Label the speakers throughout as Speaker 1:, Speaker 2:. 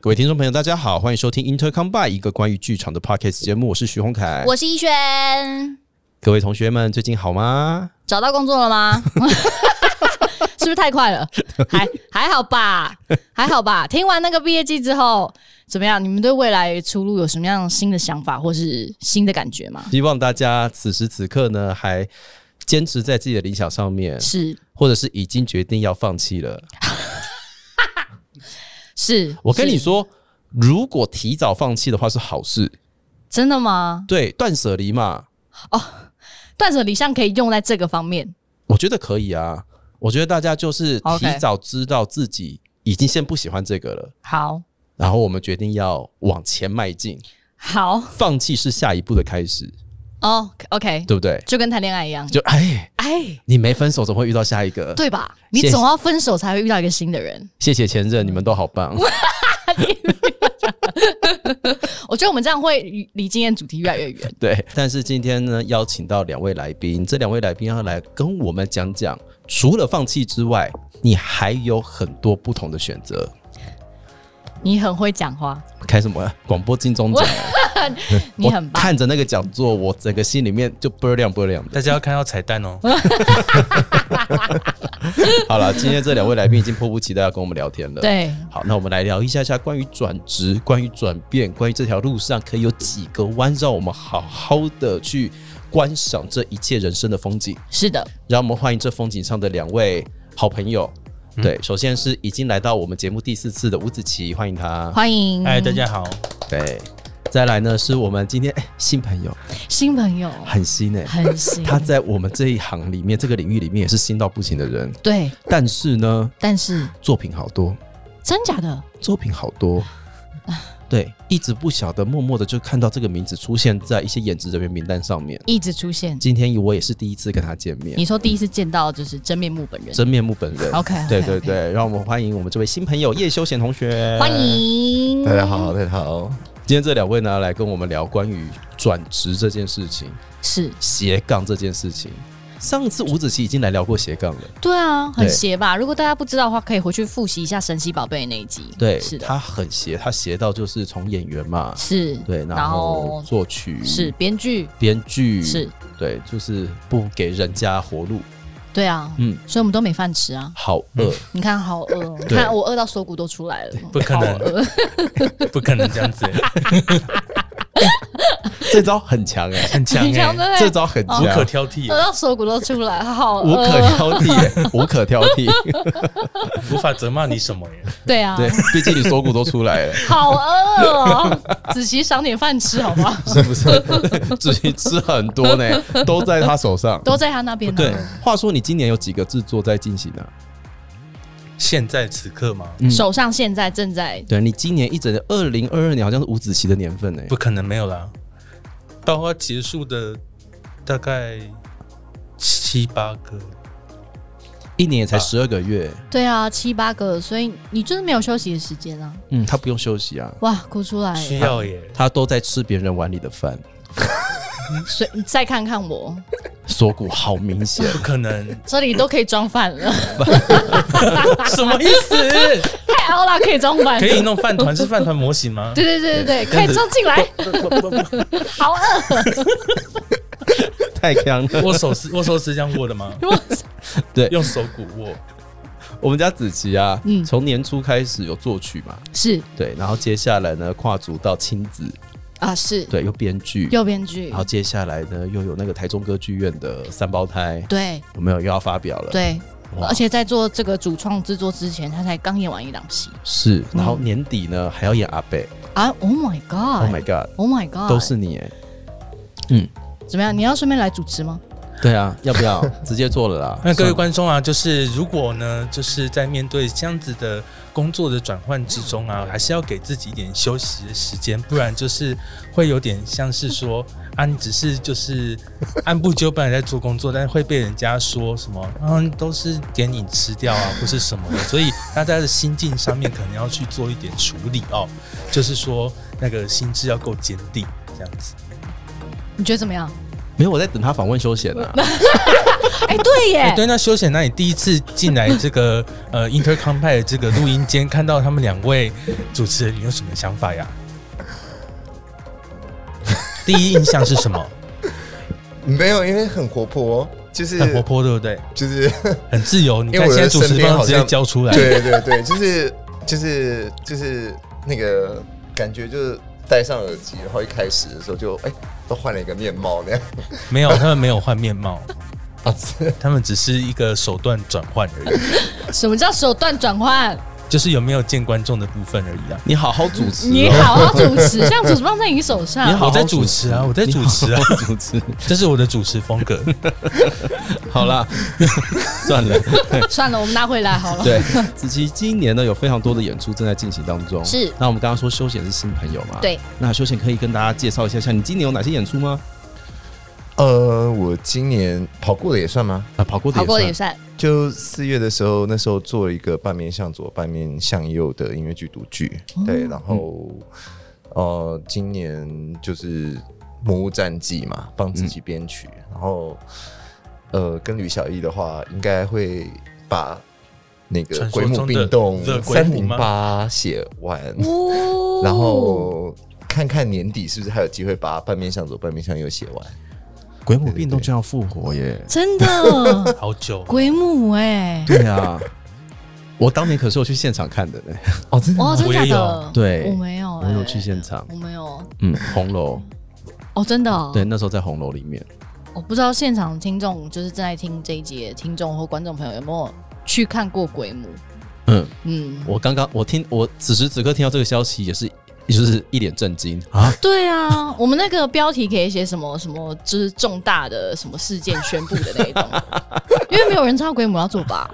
Speaker 1: 各位听众朋友，大家好，欢迎收听 Intercom by 一个关于剧场的 podcast 节目，我是徐宏凯。
Speaker 2: 我是逸轩，
Speaker 1: 各位同学们，最近好吗？
Speaker 2: 找到工作 了吗？是不是太快了？还还好吧，还好吧。听完那个毕业季之后，怎么样？你们对未来出路有什么样新的想法，或是新的感觉吗？
Speaker 1: 希望大家此时此刻呢，还坚持在自己的理想上面，
Speaker 2: 是
Speaker 1: 或者是已经决定要放弃了。
Speaker 2: 是，
Speaker 1: 我跟你
Speaker 2: 是，
Speaker 1: 说，如果提早放弃的话是好事，
Speaker 2: 真的吗？
Speaker 1: 对，断舍离嘛，
Speaker 2: 断舍离像可以用在这个方面，
Speaker 1: 我觉得可以啊。我觉得大家就是提
Speaker 2: OK
Speaker 1: 早知道自己已经先不喜欢这个了，
Speaker 2: 好
Speaker 1: 然后我们决定要往前迈进，
Speaker 2: 好
Speaker 1: 放弃是下一步的开始，
Speaker 2: 哦，OK，
Speaker 1: 对不对？
Speaker 2: 就跟谈恋爱一样，
Speaker 1: 就哎，
Speaker 2: 哎，
Speaker 1: 你没分手总会遇到下一个。
Speaker 2: 对吧？你
Speaker 1: 谢谢
Speaker 2: 总要分手才会遇到一个新的人。
Speaker 1: 谢谢前
Speaker 2: 嗯
Speaker 1: 任，你们都好棒。
Speaker 2: 我觉得我们这样会离离今天主题越来越远。
Speaker 1: 对，但是今天呢，邀请到两位来宾，这两位来宾要来跟我们讲讲，除了放弃之外，你还有很多不同的选择。
Speaker 2: 你很会讲话，
Speaker 1: 开什么啊广播金钟奖？啊
Speaker 2: 你很
Speaker 1: 我
Speaker 2: 棒。
Speaker 1: 看着那个讲座，我整个心里面就波亮波亮的。
Speaker 3: 大家要看到彩蛋
Speaker 2: 嗯
Speaker 3: 哦。
Speaker 1: 好了，今天这两位来宾已经迫不及待要跟我们聊天了。，
Speaker 2: 对，
Speaker 1: 好，那我们来聊一下下关于转职、关于转变、关于这条路上可以有几个弯，让我们好好的去观赏这一切人生的风景。
Speaker 2: 是的，
Speaker 1: 让我们欢迎这风景上的两位好朋友。
Speaker 2: 嗯
Speaker 1: 对，首先是已经来到我们节目第四次的吴子琪，欢迎他。
Speaker 2: 欢迎
Speaker 1: 哎
Speaker 3: 嗨，哎大家好，
Speaker 1: 对，再来呢是我们今天、哎新朋友，
Speaker 2: 新朋友，
Speaker 1: 很新哎、
Speaker 2: 很新。
Speaker 1: 他在我们这一行里面，这个领域里面也是新到不行的人，
Speaker 2: 对，
Speaker 1: 但是呢，
Speaker 2: 但是
Speaker 1: 作品好多，
Speaker 2: 真假的，
Speaker 1: 作品好 多。对，一直不晓得，默默的就看到这个名字出现在一些演职人员名单上面。
Speaker 2: 一直出现。
Speaker 1: 今天我也是第一次跟他见面
Speaker 2: 你，说第一次见到就是真面目本人
Speaker 1: 真面目本人。
Speaker 2: ，OK，
Speaker 1: 对对，对，让我们欢迎我们这位新朋友叶修贤同学，
Speaker 2: 欢。迎
Speaker 4: 大家
Speaker 1: 嗯
Speaker 4: 好，大家好。
Speaker 1: 今天这两位呢，来跟我们聊关于转职这件事情，
Speaker 2: 是
Speaker 1: 斜杠这件事情。上次吴子琪已经来聊过斜杠了，
Speaker 2: 对啊，很
Speaker 1: 对
Speaker 2: 邪吧？如果大家不知道的话，可以回去复习一下《神奇宝贝》那一集。
Speaker 1: 对，
Speaker 2: 是的，
Speaker 1: 他很斜，他斜到就是从演员嘛，
Speaker 2: 是，
Speaker 1: 对，然
Speaker 2: 然
Speaker 1: 后嗯
Speaker 2: 后
Speaker 1: 作曲
Speaker 2: 是编剧，
Speaker 1: 编剧
Speaker 2: 是，
Speaker 1: 对，就是不给人家活路，
Speaker 2: 对啊，
Speaker 1: 嗯
Speaker 2: 嗯，所以我们都没饭吃啊。
Speaker 1: 好饿，
Speaker 2: 你看，好饿哦，你
Speaker 1: 对
Speaker 2: 看我饿到锁骨都出来了。
Speaker 3: 不可能， 不可能这样子，
Speaker 1: 这招 很强哦哎、
Speaker 3: 很 强
Speaker 2: 你强哦对不
Speaker 3: 哎，
Speaker 1: 这
Speaker 2: 对？
Speaker 1: 招很强，
Speaker 3: 无可挑剔
Speaker 2: 饿
Speaker 3: 欸，
Speaker 2: 到锁骨都出来，好
Speaker 1: 无可
Speaker 2: 饿。
Speaker 1: 挑剔欸、 无可挑剔，
Speaker 3: 无法责骂你什么耶。
Speaker 2: 对啊，
Speaker 1: 对，毕竟你锁骨都出来了。
Speaker 2: 好饿哦。子琪赏点饭吃好 不好？
Speaker 1: 是不是？自己吃很多呢，都在他手上。
Speaker 2: 都在他那边呢。啊
Speaker 1: 对，话说你今年有几个制作在进行呢、啊？
Speaker 3: 现在此刻吗？
Speaker 1: 嗯
Speaker 2: 手上现在正在
Speaker 1: 对你今年一整二零二二年好像是吴子琪的年份呢、
Speaker 3: 不可能没有啦，到花结束的大概七八个，
Speaker 1: 一年也才十二个月，
Speaker 2: 对啊，七八个，所以你就是没有休息的时间啊！
Speaker 1: 嗯，他不用休息啊，
Speaker 2: 哇，哭出来
Speaker 3: 需
Speaker 2: 了，
Speaker 3: 要耶。
Speaker 1: 他都在吃别人碗里的饭，
Speaker 2: 所以你再看看我，
Speaker 1: 锁骨好明显。
Speaker 3: 不可能，
Speaker 2: 这里都可以装饭了，
Speaker 3: 什么意思？
Speaker 2: 太好了，可以装饭。
Speaker 3: 可以弄饭团是饭团模型吗？
Speaker 2: 对对对对对，可以装进 来，好 饿。
Speaker 1: 太强了。
Speaker 3: 握手是握手是这样握的吗？
Speaker 1: 对
Speaker 3: 用手骨握。
Speaker 1: 我们家子琪啊，
Speaker 2: 嗯
Speaker 1: 从年初开始有作曲嘛，
Speaker 2: 是
Speaker 1: 对，然后接下来呢跨足到亲子，
Speaker 2: 啊，是
Speaker 1: 对，又编剧，
Speaker 2: 右边剧
Speaker 1: 然，后接下来呢又有那个台中歌剧院的三胞胎，
Speaker 2: 对
Speaker 1: 有没有又要发表了？
Speaker 2: 对，
Speaker 1: 哇
Speaker 2: 而且在做这个主创制作之前，他才刚演完一档戏
Speaker 1: 是，然后年底呢、还要演阿贝
Speaker 2: 啊！Oh my
Speaker 1: ，Oh my
Speaker 2: god！Oh
Speaker 1: god，
Speaker 2: my god！
Speaker 1: 都是你哎，
Speaker 2: 怎么样？你要顺便来主持吗？
Speaker 1: 对啊，要不要直接做了啦？
Speaker 3: 那各位
Speaker 1: 算
Speaker 3: 观众啊，就是如果呢，就是在面对这样子的工作的转换之中啊，还是要给自己一点休息的时间，不然就是会有点像是说 啊，你只是就是按部就班的在做工作，但是会被人家说什么，嗯、都是给你吃掉啊，或是什么的，所以大家的心境上面可能要去做一点处理哦，就是说那个心智要够坚定，这样子。
Speaker 2: 你觉得怎么样？
Speaker 1: 没有，我在等他访问休闲啊。
Speaker 2: 哎、对耶，
Speaker 3: 哎、对，那休闲，那你第一次进来 这个呃 Intercom 派的这个录音间，看到他们两位主持人，你有什么想 法呀？第一印象是什么？
Speaker 4: 没有，因为很活泼，哦就是
Speaker 3: 很活泼，对不对？
Speaker 4: 就是
Speaker 3: 很自由。你
Speaker 4: 因为
Speaker 3: 看
Speaker 4: 我
Speaker 3: 现
Speaker 4: 的
Speaker 3: 在主持
Speaker 4: 身边
Speaker 3: 方
Speaker 4: 好
Speaker 3: 直接
Speaker 4: 像
Speaker 3: 教出来，
Speaker 4: 对对对，就是就是就是那个感觉，就是戴上耳机，然后一开始的时候就哎、都换了一个面貌 那样。
Speaker 3: 没有，他们没有换面貌，
Speaker 4: 啊是
Speaker 3: 他们只是一个手段转换而已，
Speaker 2: 什么叫手段转换？
Speaker 3: 就是有没有见观众的部分而已啊。
Speaker 1: 你好好主持哦，
Speaker 2: 你好好主持，像主持棒在你手
Speaker 1: 你
Speaker 2: 上
Speaker 1: 好，好
Speaker 3: 我在主持啊我在主持
Speaker 1: 你
Speaker 3: 啊
Speaker 1: 好 好主持。
Speaker 3: 这是我的主持风格。
Speaker 1: 好啦，算了。
Speaker 2: 算了，我们拿回来好了。
Speaker 1: 对，子琪今年呢有非常多的演出正在进行当中。
Speaker 2: 是
Speaker 1: 那我们刚刚说休闲是新朋友嘛？
Speaker 2: 对。
Speaker 1: 那休闲可以跟大家介绍一下，像你今年有哪些演出吗？
Speaker 4: 呃，我今年跑过的也算吗？
Speaker 1: 啊，跑过的
Speaker 2: 好
Speaker 1: 也
Speaker 2: 过的也
Speaker 1: 算。
Speaker 2: 算，
Speaker 4: 就四月的时候，那时候做了一个半面向左、半面向右的音乐剧独剧，
Speaker 3: 哦
Speaker 4: 对，
Speaker 3: 嗯
Speaker 4: 然后、呃，今年就是《魔物战记》嘛，帮
Speaker 3: 嗯
Speaker 4: 自己编曲，然后呃，跟吕小艺的话，应该会把那个
Speaker 3: 传
Speaker 4: 《
Speaker 3: 说
Speaker 4: 鬼
Speaker 3: 中的
Speaker 4: 母病动
Speaker 3: The》鬼
Speaker 4: 三
Speaker 3: 母
Speaker 4: 零八写完，
Speaker 2: 哦
Speaker 4: 然
Speaker 3: 哦
Speaker 4: 后看看年底是不是还有机会把半面向左、半面向右写完。
Speaker 1: 鬼母病动就要复活耶！
Speaker 2: 真的
Speaker 3: 好久，
Speaker 2: 鬼母哎、
Speaker 1: 对啊，我当年可是有去现场看的呢。
Speaker 4: 哦，真
Speaker 2: 哦，真
Speaker 3: 我
Speaker 2: 假
Speaker 3: 也
Speaker 2: 的
Speaker 3: 有？
Speaker 1: 对
Speaker 2: 我没有、
Speaker 1: 我有
Speaker 2: 哎
Speaker 1: 去现场
Speaker 2: 我没有。
Speaker 1: 嗯，红楼，
Speaker 2: 哦，真的、哦，
Speaker 1: 对，，那时候在红楼里面。
Speaker 2: 我不知道现场听众就是正在听这一节听众或观众朋友有没有去看过鬼母？
Speaker 1: 嗯，
Speaker 2: 嗯，
Speaker 1: 我刚刚我听我此时此刻听到这个消息也是，就是一脸震惊啊！
Speaker 2: 对啊，我们那个标题可以写什么什么，就是重大的什么事件宣布的那一种，因为没有人知道鬼母要做吧？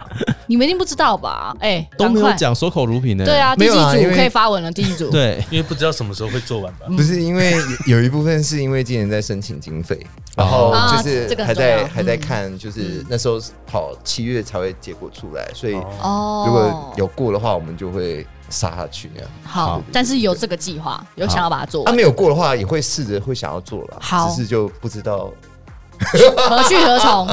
Speaker 2: 你们一定不知道吧？哎、
Speaker 1: 都没
Speaker 2: 赶
Speaker 1: 有
Speaker 2: 快。
Speaker 1: 讲守口如瓶呢。
Speaker 2: 对，啊，第
Speaker 4: 没
Speaker 2: 几
Speaker 4: 有
Speaker 2: 组
Speaker 4: 啊因为
Speaker 2: 可以发文了？第几组？，
Speaker 1: 对，
Speaker 3: 因为不知道什么时候会做完
Speaker 1: 嗯
Speaker 2: 嗯
Speaker 3: 吧。
Speaker 4: 不是因为有一部分是因为今年在申请 经费，然后
Speaker 2: 啊
Speaker 4: 就是
Speaker 2: 这个很
Speaker 4: 还
Speaker 2: 重
Speaker 4: 在、
Speaker 2: 要
Speaker 4: 还在
Speaker 2: 嗯
Speaker 4: 看，就是那时候跑七月才会结果出来，所以
Speaker 3: 哦
Speaker 2: 哦，
Speaker 4: 如果有过的话，我们就会杀下去那样。
Speaker 2: 好，但是有这个计划，有想要把它做
Speaker 4: 啊，
Speaker 2: 完，
Speaker 4: 没有过的话也会试着会想要做了，
Speaker 2: 哦好
Speaker 4: 只是就不知道
Speaker 2: 何去何从？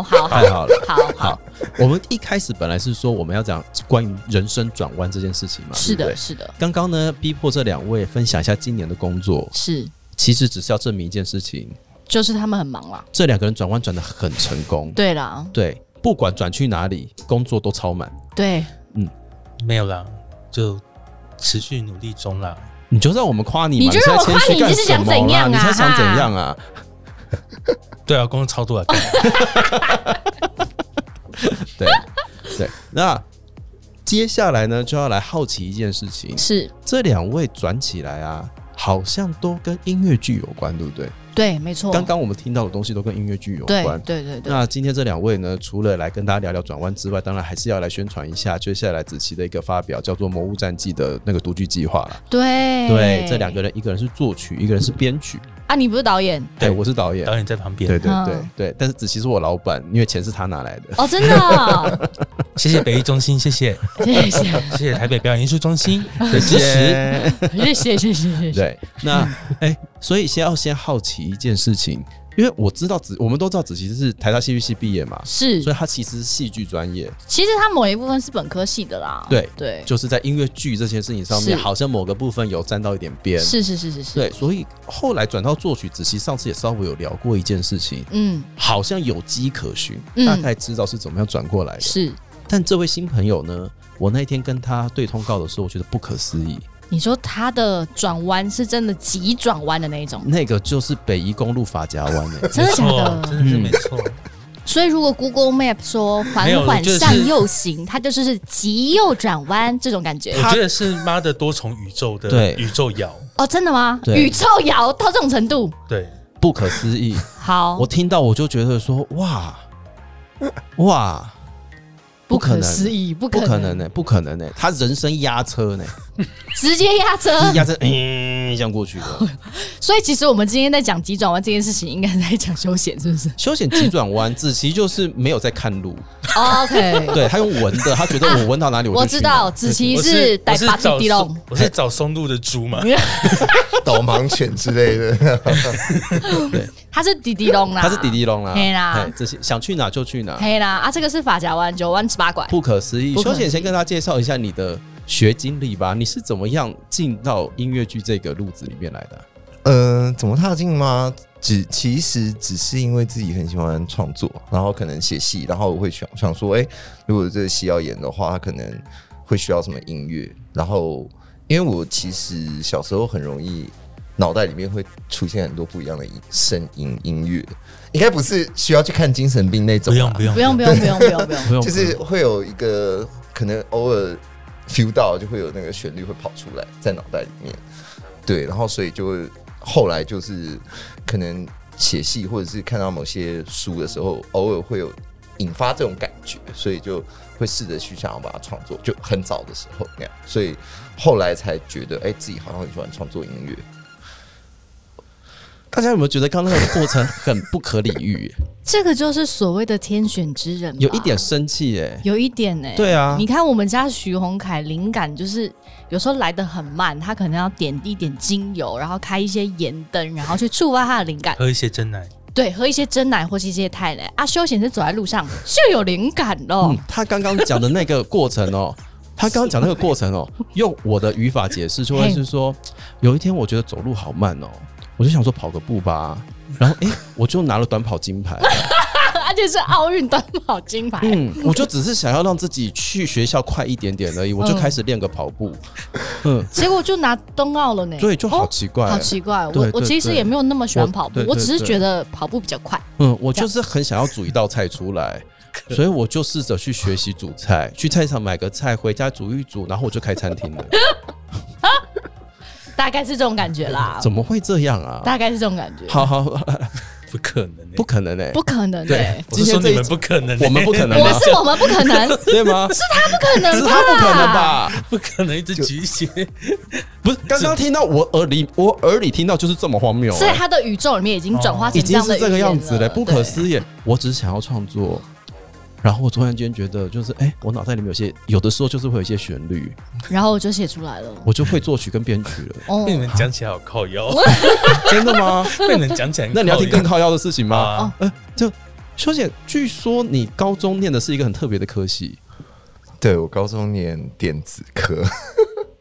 Speaker 1: 好
Speaker 2: 好
Speaker 1: 太好了。
Speaker 2: 好好
Speaker 1: 好，我们一开始本来是说我们要讲关于人生转弯这件事情嘛，
Speaker 2: 是
Speaker 1: 对不对
Speaker 2: 的，是的，
Speaker 1: 刚刚呢，逼迫这两位分享一下今年的工作，
Speaker 2: 是，
Speaker 1: 其实只是要证明一件事情：
Speaker 2: 就是他们很忙啦。
Speaker 1: 这两个人转弯转的很成功。
Speaker 2: 对啦，
Speaker 1: 对，不管转去哪里，工作都超满。
Speaker 2: 对，
Speaker 3: 没有啦，就持续努力中啦。
Speaker 1: 你就让我们夸你嘛，
Speaker 2: 你就让我夸你
Speaker 1: 现在谦虚干
Speaker 2: 你是想
Speaker 1: 什么啦
Speaker 2: 怎样啊
Speaker 1: 你才想怎样啊？
Speaker 3: 对啊，工作超多啊，干
Speaker 1: 对对，那接下来呢，就要来好奇一件事情：
Speaker 2: 是，
Speaker 1: 这两位转起来啊，好像都跟音乐剧有关，对不对？
Speaker 2: 对，没错。
Speaker 1: 刚刚我们听到的东西都跟音乐剧有
Speaker 2: 对
Speaker 1: 关。
Speaker 2: 对对对，
Speaker 1: 那今天这两位呢，除了来跟大家聊聊转弯之外，当然还是要来宣传一下接下来子琪的一个发表，叫做《魔物战记》的那个独剧计划了。
Speaker 2: 对
Speaker 1: 对，这两个人，一个人是作曲，一个人是编曲。
Speaker 2: 啊，你不是导演
Speaker 1: 对，
Speaker 3: 对
Speaker 1: 我是导演
Speaker 3: 导。演在旁边。
Speaker 1: 对对哦
Speaker 2: 嗯
Speaker 1: 对对，但是子琪是我老板，因为钱是他拿 来的。
Speaker 2: 哦，真的，
Speaker 3: 谢谢北艺中心，谢谢
Speaker 2: 谢谢。
Speaker 3: 谢谢台北表演艺术 中心的支
Speaker 1: 其
Speaker 3: 持。
Speaker 1: 实，
Speaker 2: 谢谢谢谢谢谢。
Speaker 1: 对，那哎、所以先要先好奇一件事情，因为我知道子，我们都知道子琪是台大戏剧系毕业嘛，
Speaker 2: 是
Speaker 1: 所，以他其实是戏剧专业，
Speaker 2: 其实他某一部分是本科系的啦。
Speaker 1: 对
Speaker 2: 对，
Speaker 1: 就是在音乐剧这些事情上
Speaker 2: 是
Speaker 1: 面，好像某个部分有沾到一点边。
Speaker 2: 是是是是是。
Speaker 1: 对，所以后来转到作曲，子琪上次也稍微有聊过一件事情，
Speaker 2: 嗯，
Speaker 1: 好像有迹可循，
Speaker 2: 嗯
Speaker 1: 大概知道是怎么样转过来的。
Speaker 2: 是。
Speaker 1: 但这位新朋友呢，我那一天跟他对通告的时候，我觉得不可思议，
Speaker 2: 你说他的转弯是真的急转弯的那一种，
Speaker 1: 那个就是北宜公路法夹湾欸诶、
Speaker 2: 真的假
Speaker 3: 没错
Speaker 2: 的？
Speaker 3: 哦真的是没错。
Speaker 1: 嗯
Speaker 2: 所以如果 Google Map 说
Speaker 3: 没
Speaker 2: 缓
Speaker 3: 有
Speaker 2: 缓
Speaker 3: 就是
Speaker 2: 向右行，它就是是急右转弯这种感觉。
Speaker 3: 我觉得是妈的多重宇宙的
Speaker 1: 对
Speaker 3: 宇宙摇，
Speaker 2: 哦，真的吗？
Speaker 1: 对
Speaker 2: 宇宙摇到这种程度，
Speaker 3: 对，
Speaker 1: 不可思议。
Speaker 2: 好
Speaker 1: 我，听到我就觉得说，哇哇，不可能
Speaker 2: 思议，不
Speaker 1: 不可
Speaker 2: 可
Speaker 1: 能
Speaker 2: 能，
Speaker 1: 呢、不可能呢、欸他人生压车呢、
Speaker 2: 直接压车。
Speaker 1: 一压车，嗯，这样过去 的。
Speaker 2: 所以其实我们今天在讲急转弯这件事情，应该在讲休闲，是 不是
Speaker 1: 休闲急转弯，子琪就是没有在看路，
Speaker 2: 哦？OK，
Speaker 1: 对他用闻的，他觉得我闻到哪 里我
Speaker 2: 我
Speaker 1: 就去
Speaker 2: 知
Speaker 1: 哪
Speaker 2: 道子琪
Speaker 3: 我
Speaker 2: 是带
Speaker 3: 我是
Speaker 2: 巴
Speaker 3: 找
Speaker 2: 蒂地龙
Speaker 3: 松，我是找松露的猪嘛，
Speaker 4: 导盲犬之类的，
Speaker 2: 他是迪迪龙啦，
Speaker 1: 他是迪迪龙啦，
Speaker 2: 嘿啦
Speaker 1: 嘿，这些想去哪就去哪，
Speaker 2: 嘿啦啊，这个是法甲弯九弯十八拐，
Speaker 1: 不可思议。
Speaker 2: 不可
Speaker 1: 休
Speaker 2: 思议
Speaker 1: 闲先跟大家介绍一下你的学经历吧，你是怎么样进到音乐剧这个路子里面来的啊？
Speaker 4: 嗯、怎么踏进吗？只其实只是因为自己很喜欢创作，然后可能写戏，然后我会想想说，哎、如果这个戏要演的话，它可能会需要什么音乐？然后，因为我其实小时候很容易脑袋里面会出现很多不一样的音声音音乐，应该不是需要去看精神病那种，啊
Speaker 3: 不用不，用
Speaker 2: 不用不用不用不用不用，
Speaker 1: 不用
Speaker 4: 就是会有一个可能偶尔 feel 到，就会有那个旋律会跑出来在脑袋里面。对，然后所以就会后来就是可能写戏或者是看到某些书的时候，偶尔会有引发这种感觉，所以就会试着去想要把它创作，就很早的时候那样，所以后来才觉得，哎、自己好像很喜欢创作音乐。
Speaker 1: 大家有没有觉得刚刚那个过程很不可理喻、
Speaker 2: 这个就是所谓的天选之人吧，
Speaker 1: 有一点生气耶、
Speaker 2: 有一点呢、
Speaker 1: 对啊
Speaker 2: 你看我们家徐宏凯灵感就是有时候来的很慢，他可能要点一点精油，然后开一些盐灯，然后去触发他的灵感。
Speaker 3: 喝一些真奶，
Speaker 2: 对，喝一些真奶或是一些太奶啊，休闲是走在路上就有灵感咯。
Speaker 1: 嗯，他刚刚讲的那个过程哦、他刚刚讲那个过程哦、用我的语法解释，就会是说，有一天我觉得走路好慢哦、我就想说跑个步吧，然后诶，我就拿了短跑金 牌，
Speaker 2: 而且是奥运短跑金牌，
Speaker 1: 嗯，我就只是想要让自己去学校快一点点
Speaker 2: 嗯
Speaker 1: 而已，我就开始练个跑步，嗯，
Speaker 2: 结果就拿冬奥了呢。
Speaker 1: 对，就好
Speaker 2: 哦
Speaker 1: 奇怪、
Speaker 2: 好奇怪，
Speaker 1: 对对
Speaker 2: 我我其实
Speaker 1: 对
Speaker 2: 也没有那么喜欢
Speaker 1: 我
Speaker 2: 跑步
Speaker 1: 对，对
Speaker 2: 我只是
Speaker 1: 对
Speaker 2: 觉得跑步比较快。
Speaker 1: 嗯，我就是很想要煮一道菜出来，所以我就试着去学习煮菜，去菜市场买个菜回家煮一煮，然后我就开餐厅 了。
Speaker 2: 大概是这种感觉啦，
Speaker 1: 怎么会这样啊？
Speaker 2: 大概是这种感觉。
Speaker 1: 好好，好
Speaker 3: 不可能欸，
Speaker 1: 不可能哎、
Speaker 2: 不可能对、
Speaker 3: 我是
Speaker 1: 今
Speaker 3: 说
Speaker 1: 天这一
Speaker 3: 你们
Speaker 1: 集
Speaker 3: 不可能欸，
Speaker 1: 我们不可能
Speaker 2: 我
Speaker 1: 吗？
Speaker 2: 是我们不可 能，
Speaker 1: 对吗？是
Speaker 2: 不可能，
Speaker 1: 他不可能？吧？
Speaker 3: 不可能一直举 起，
Speaker 1: 嗯不是，刚刚听到我耳里，我耳里听到就是这么荒谬、
Speaker 2: 所以
Speaker 1: 欸，
Speaker 2: 他的宇宙里面已经转化
Speaker 1: 哦
Speaker 2: 成
Speaker 1: 已
Speaker 2: 这
Speaker 1: 经
Speaker 2: 样的
Speaker 1: 是这个样子
Speaker 2: 语
Speaker 1: 了，
Speaker 2: 言了，
Speaker 1: 不可思议。我只是想要创作，然后我突然间觉得，就是哎、我脑袋里面有些，有的时候就是会有一些旋律，
Speaker 2: 对。然后我就写出来了。
Speaker 1: 我就会作曲跟编曲了。
Speaker 2: 哦
Speaker 3: 被你们讲起来好 靠腰，
Speaker 1: 真的吗？
Speaker 3: 被你们讲起来 很
Speaker 1: 那你要听更哦
Speaker 3: 靠
Speaker 1: 靠腰的事情
Speaker 3: 腰
Speaker 1: 吗？
Speaker 3: 啊，
Speaker 1: 修姐，据说你高中念的是一个很特别的科系，
Speaker 4: 对我高中念电子科，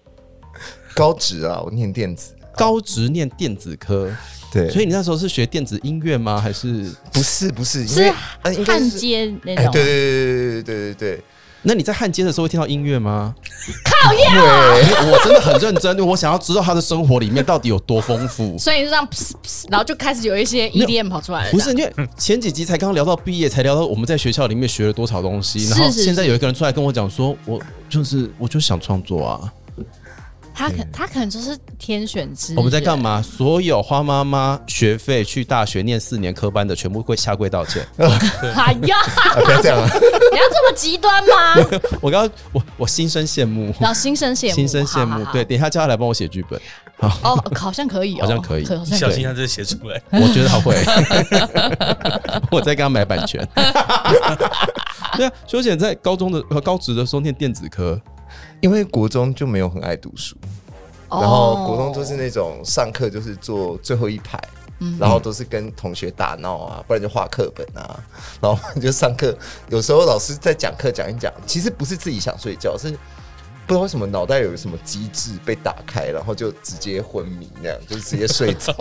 Speaker 4: 高职啊，我念电子，
Speaker 1: 高职念电子科，
Speaker 4: 对，
Speaker 1: 所以你那时候是学电子音乐吗？还是
Speaker 4: 不是不是，因
Speaker 2: 是
Speaker 4: 为呃应该
Speaker 2: 汉
Speaker 4: 是
Speaker 2: 奸那
Speaker 4: 哎
Speaker 2: 种，
Speaker 4: 对对对对对对对
Speaker 1: 那你在汉奸的时候会听到音乐吗？
Speaker 2: 啊
Speaker 4: 对对，
Speaker 1: 我真的很认真，我想要知道他的生活里面到底有多丰富。
Speaker 2: 所以就这样噗噗，然后就开始有一些 EDM 跑出来了。
Speaker 1: 不是，因为前几集才刚聊到毕业，才聊到我们在学校里面学了多少东西，
Speaker 2: 是
Speaker 1: 然后
Speaker 2: 是
Speaker 1: 现在有一个人出来跟我讲说，我就是我就想创作啊，
Speaker 2: 嗯他可他可能就是天选之人。
Speaker 1: 我们在干嘛？所有花妈妈学费去大学念四年科班的，全部会下跪道歉。
Speaker 2: 哎 呀，
Speaker 4: 啊不要这样啊，
Speaker 2: 你要这么极端吗？
Speaker 1: 我刚刚我我心生羡慕，
Speaker 2: 然后心生羡慕，
Speaker 1: 心生羡慕。
Speaker 2: 好好好
Speaker 1: 对，等一下叫他来帮我写剧本。好，
Speaker 2: 哦，好像可以哦，
Speaker 1: 好像可以
Speaker 2: 好
Speaker 3: 你
Speaker 2: 像
Speaker 3: 小
Speaker 2: 可以。
Speaker 3: 心他这写出来，
Speaker 1: 我觉得他 会，我在跟他买版权。 对啊，修姐在高中的和高职的时候念电子科，
Speaker 4: 因为国中就没有很爱读书，
Speaker 2: 哦
Speaker 4: 然后国中就是那种上课就是坐最后一排。
Speaker 2: 嗯
Speaker 4: 然后都是跟同学打闹啊，不然就画课本啊，然后就上课。有时候老师在讲课讲一讲，其实不是自己想睡觉，是不知道为什么脑袋有什么机制被打开，然后就直接昏迷那样，就直接睡着。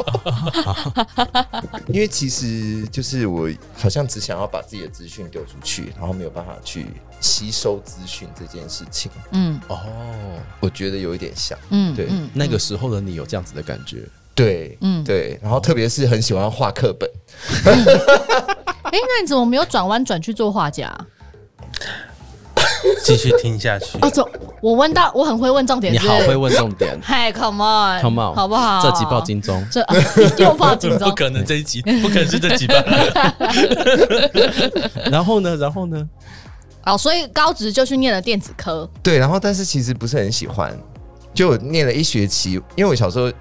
Speaker 4: 因为其实就是我好像只想要把自己的资讯丢出去，然后没有办法去吸收资讯这件事情，
Speaker 2: 嗯
Speaker 1: 哦，
Speaker 4: 我觉得有一点像。
Speaker 2: 嗯
Speaker 4: 对
Speaker 2: 嗯
Speaker 1: 那个时候的你有这样子的感觉，
Speaker 4: 对，
Speaker 2: 嗯
Speaker 4: 嗯，对，然后特别是很喜欢画课本，
Speaker 2: 哎，那你怎么没有转弯转去做画家？
Speaker 3: 继续听下去。
Speaker 2: 哦，走，我问到，我很会问重点，
Speaker 1: 你
Speaker 2: 是不
Speaker 1: 好
Speaker 2: 嗯是
Speaker 1: 会问重点
Speaker 2: 嗨，Come on，Come
Speaker 1: ，Come on，
Speaker 2: 好不好？
Speaker 1: 这集报，金钟，
Speaker 2: 这、 啊、又报警
Speaker 3: 不
Speaker 2: 钟。
Speaker 3: 可能这一集，不可能是这几吧？
Speaker 1: 然后呢，然后呢，
Speaker 2: 哦，所以高职就去念了电子科，
Speaker 4: 对，然后但是其实不是很喜欢，就我念了一学期，因为我小时候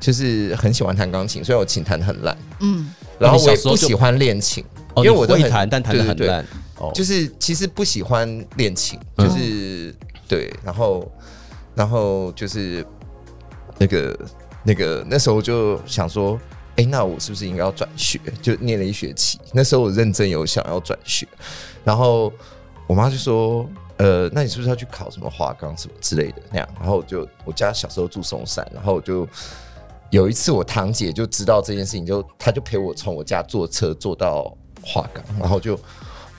Speaker 4: 就是很喜欢弹钢琴，虽然我琴弹得很烂，
Speaker 2: 嗯，
Speaker 4: 然后
Speaker 1: 你
Speaker 4: 我
Speaker 1: 小
Speaker 4: 也
Speaker 1: 时候
Speaker 4: 不
Speaker 1: 就
Speaker 4: 喜欢练琴，
Speaker 1: 哦，
Speaker 4: 因为
Speaker 1: 你
Speaker 4: 我都
Speaker 1: 会
Speaker 4: 很
Speaker 1: 弹，但弹的
Speaker 4: 对
Speaker 1: 很
Speaker 4: 对对
Speaker 1: 烂。哦，
Speaker 4: 就是其实不喜欢练琴，
Speaker 1: 嗯
Speaker 4: 就是、对，然后然后就是那个那个那时候就想说，哎、那我是不是应该要转学？就念了一学期，那时候我认真有想要转学，然后我妈就说。呃，那你是不是要去考什么华冈什么之类的那样？然后我就我家小时候住松山，然后我就有一次我堂姐就知道这件事情，就她就陪我从我家坐车坐到华冈，然后就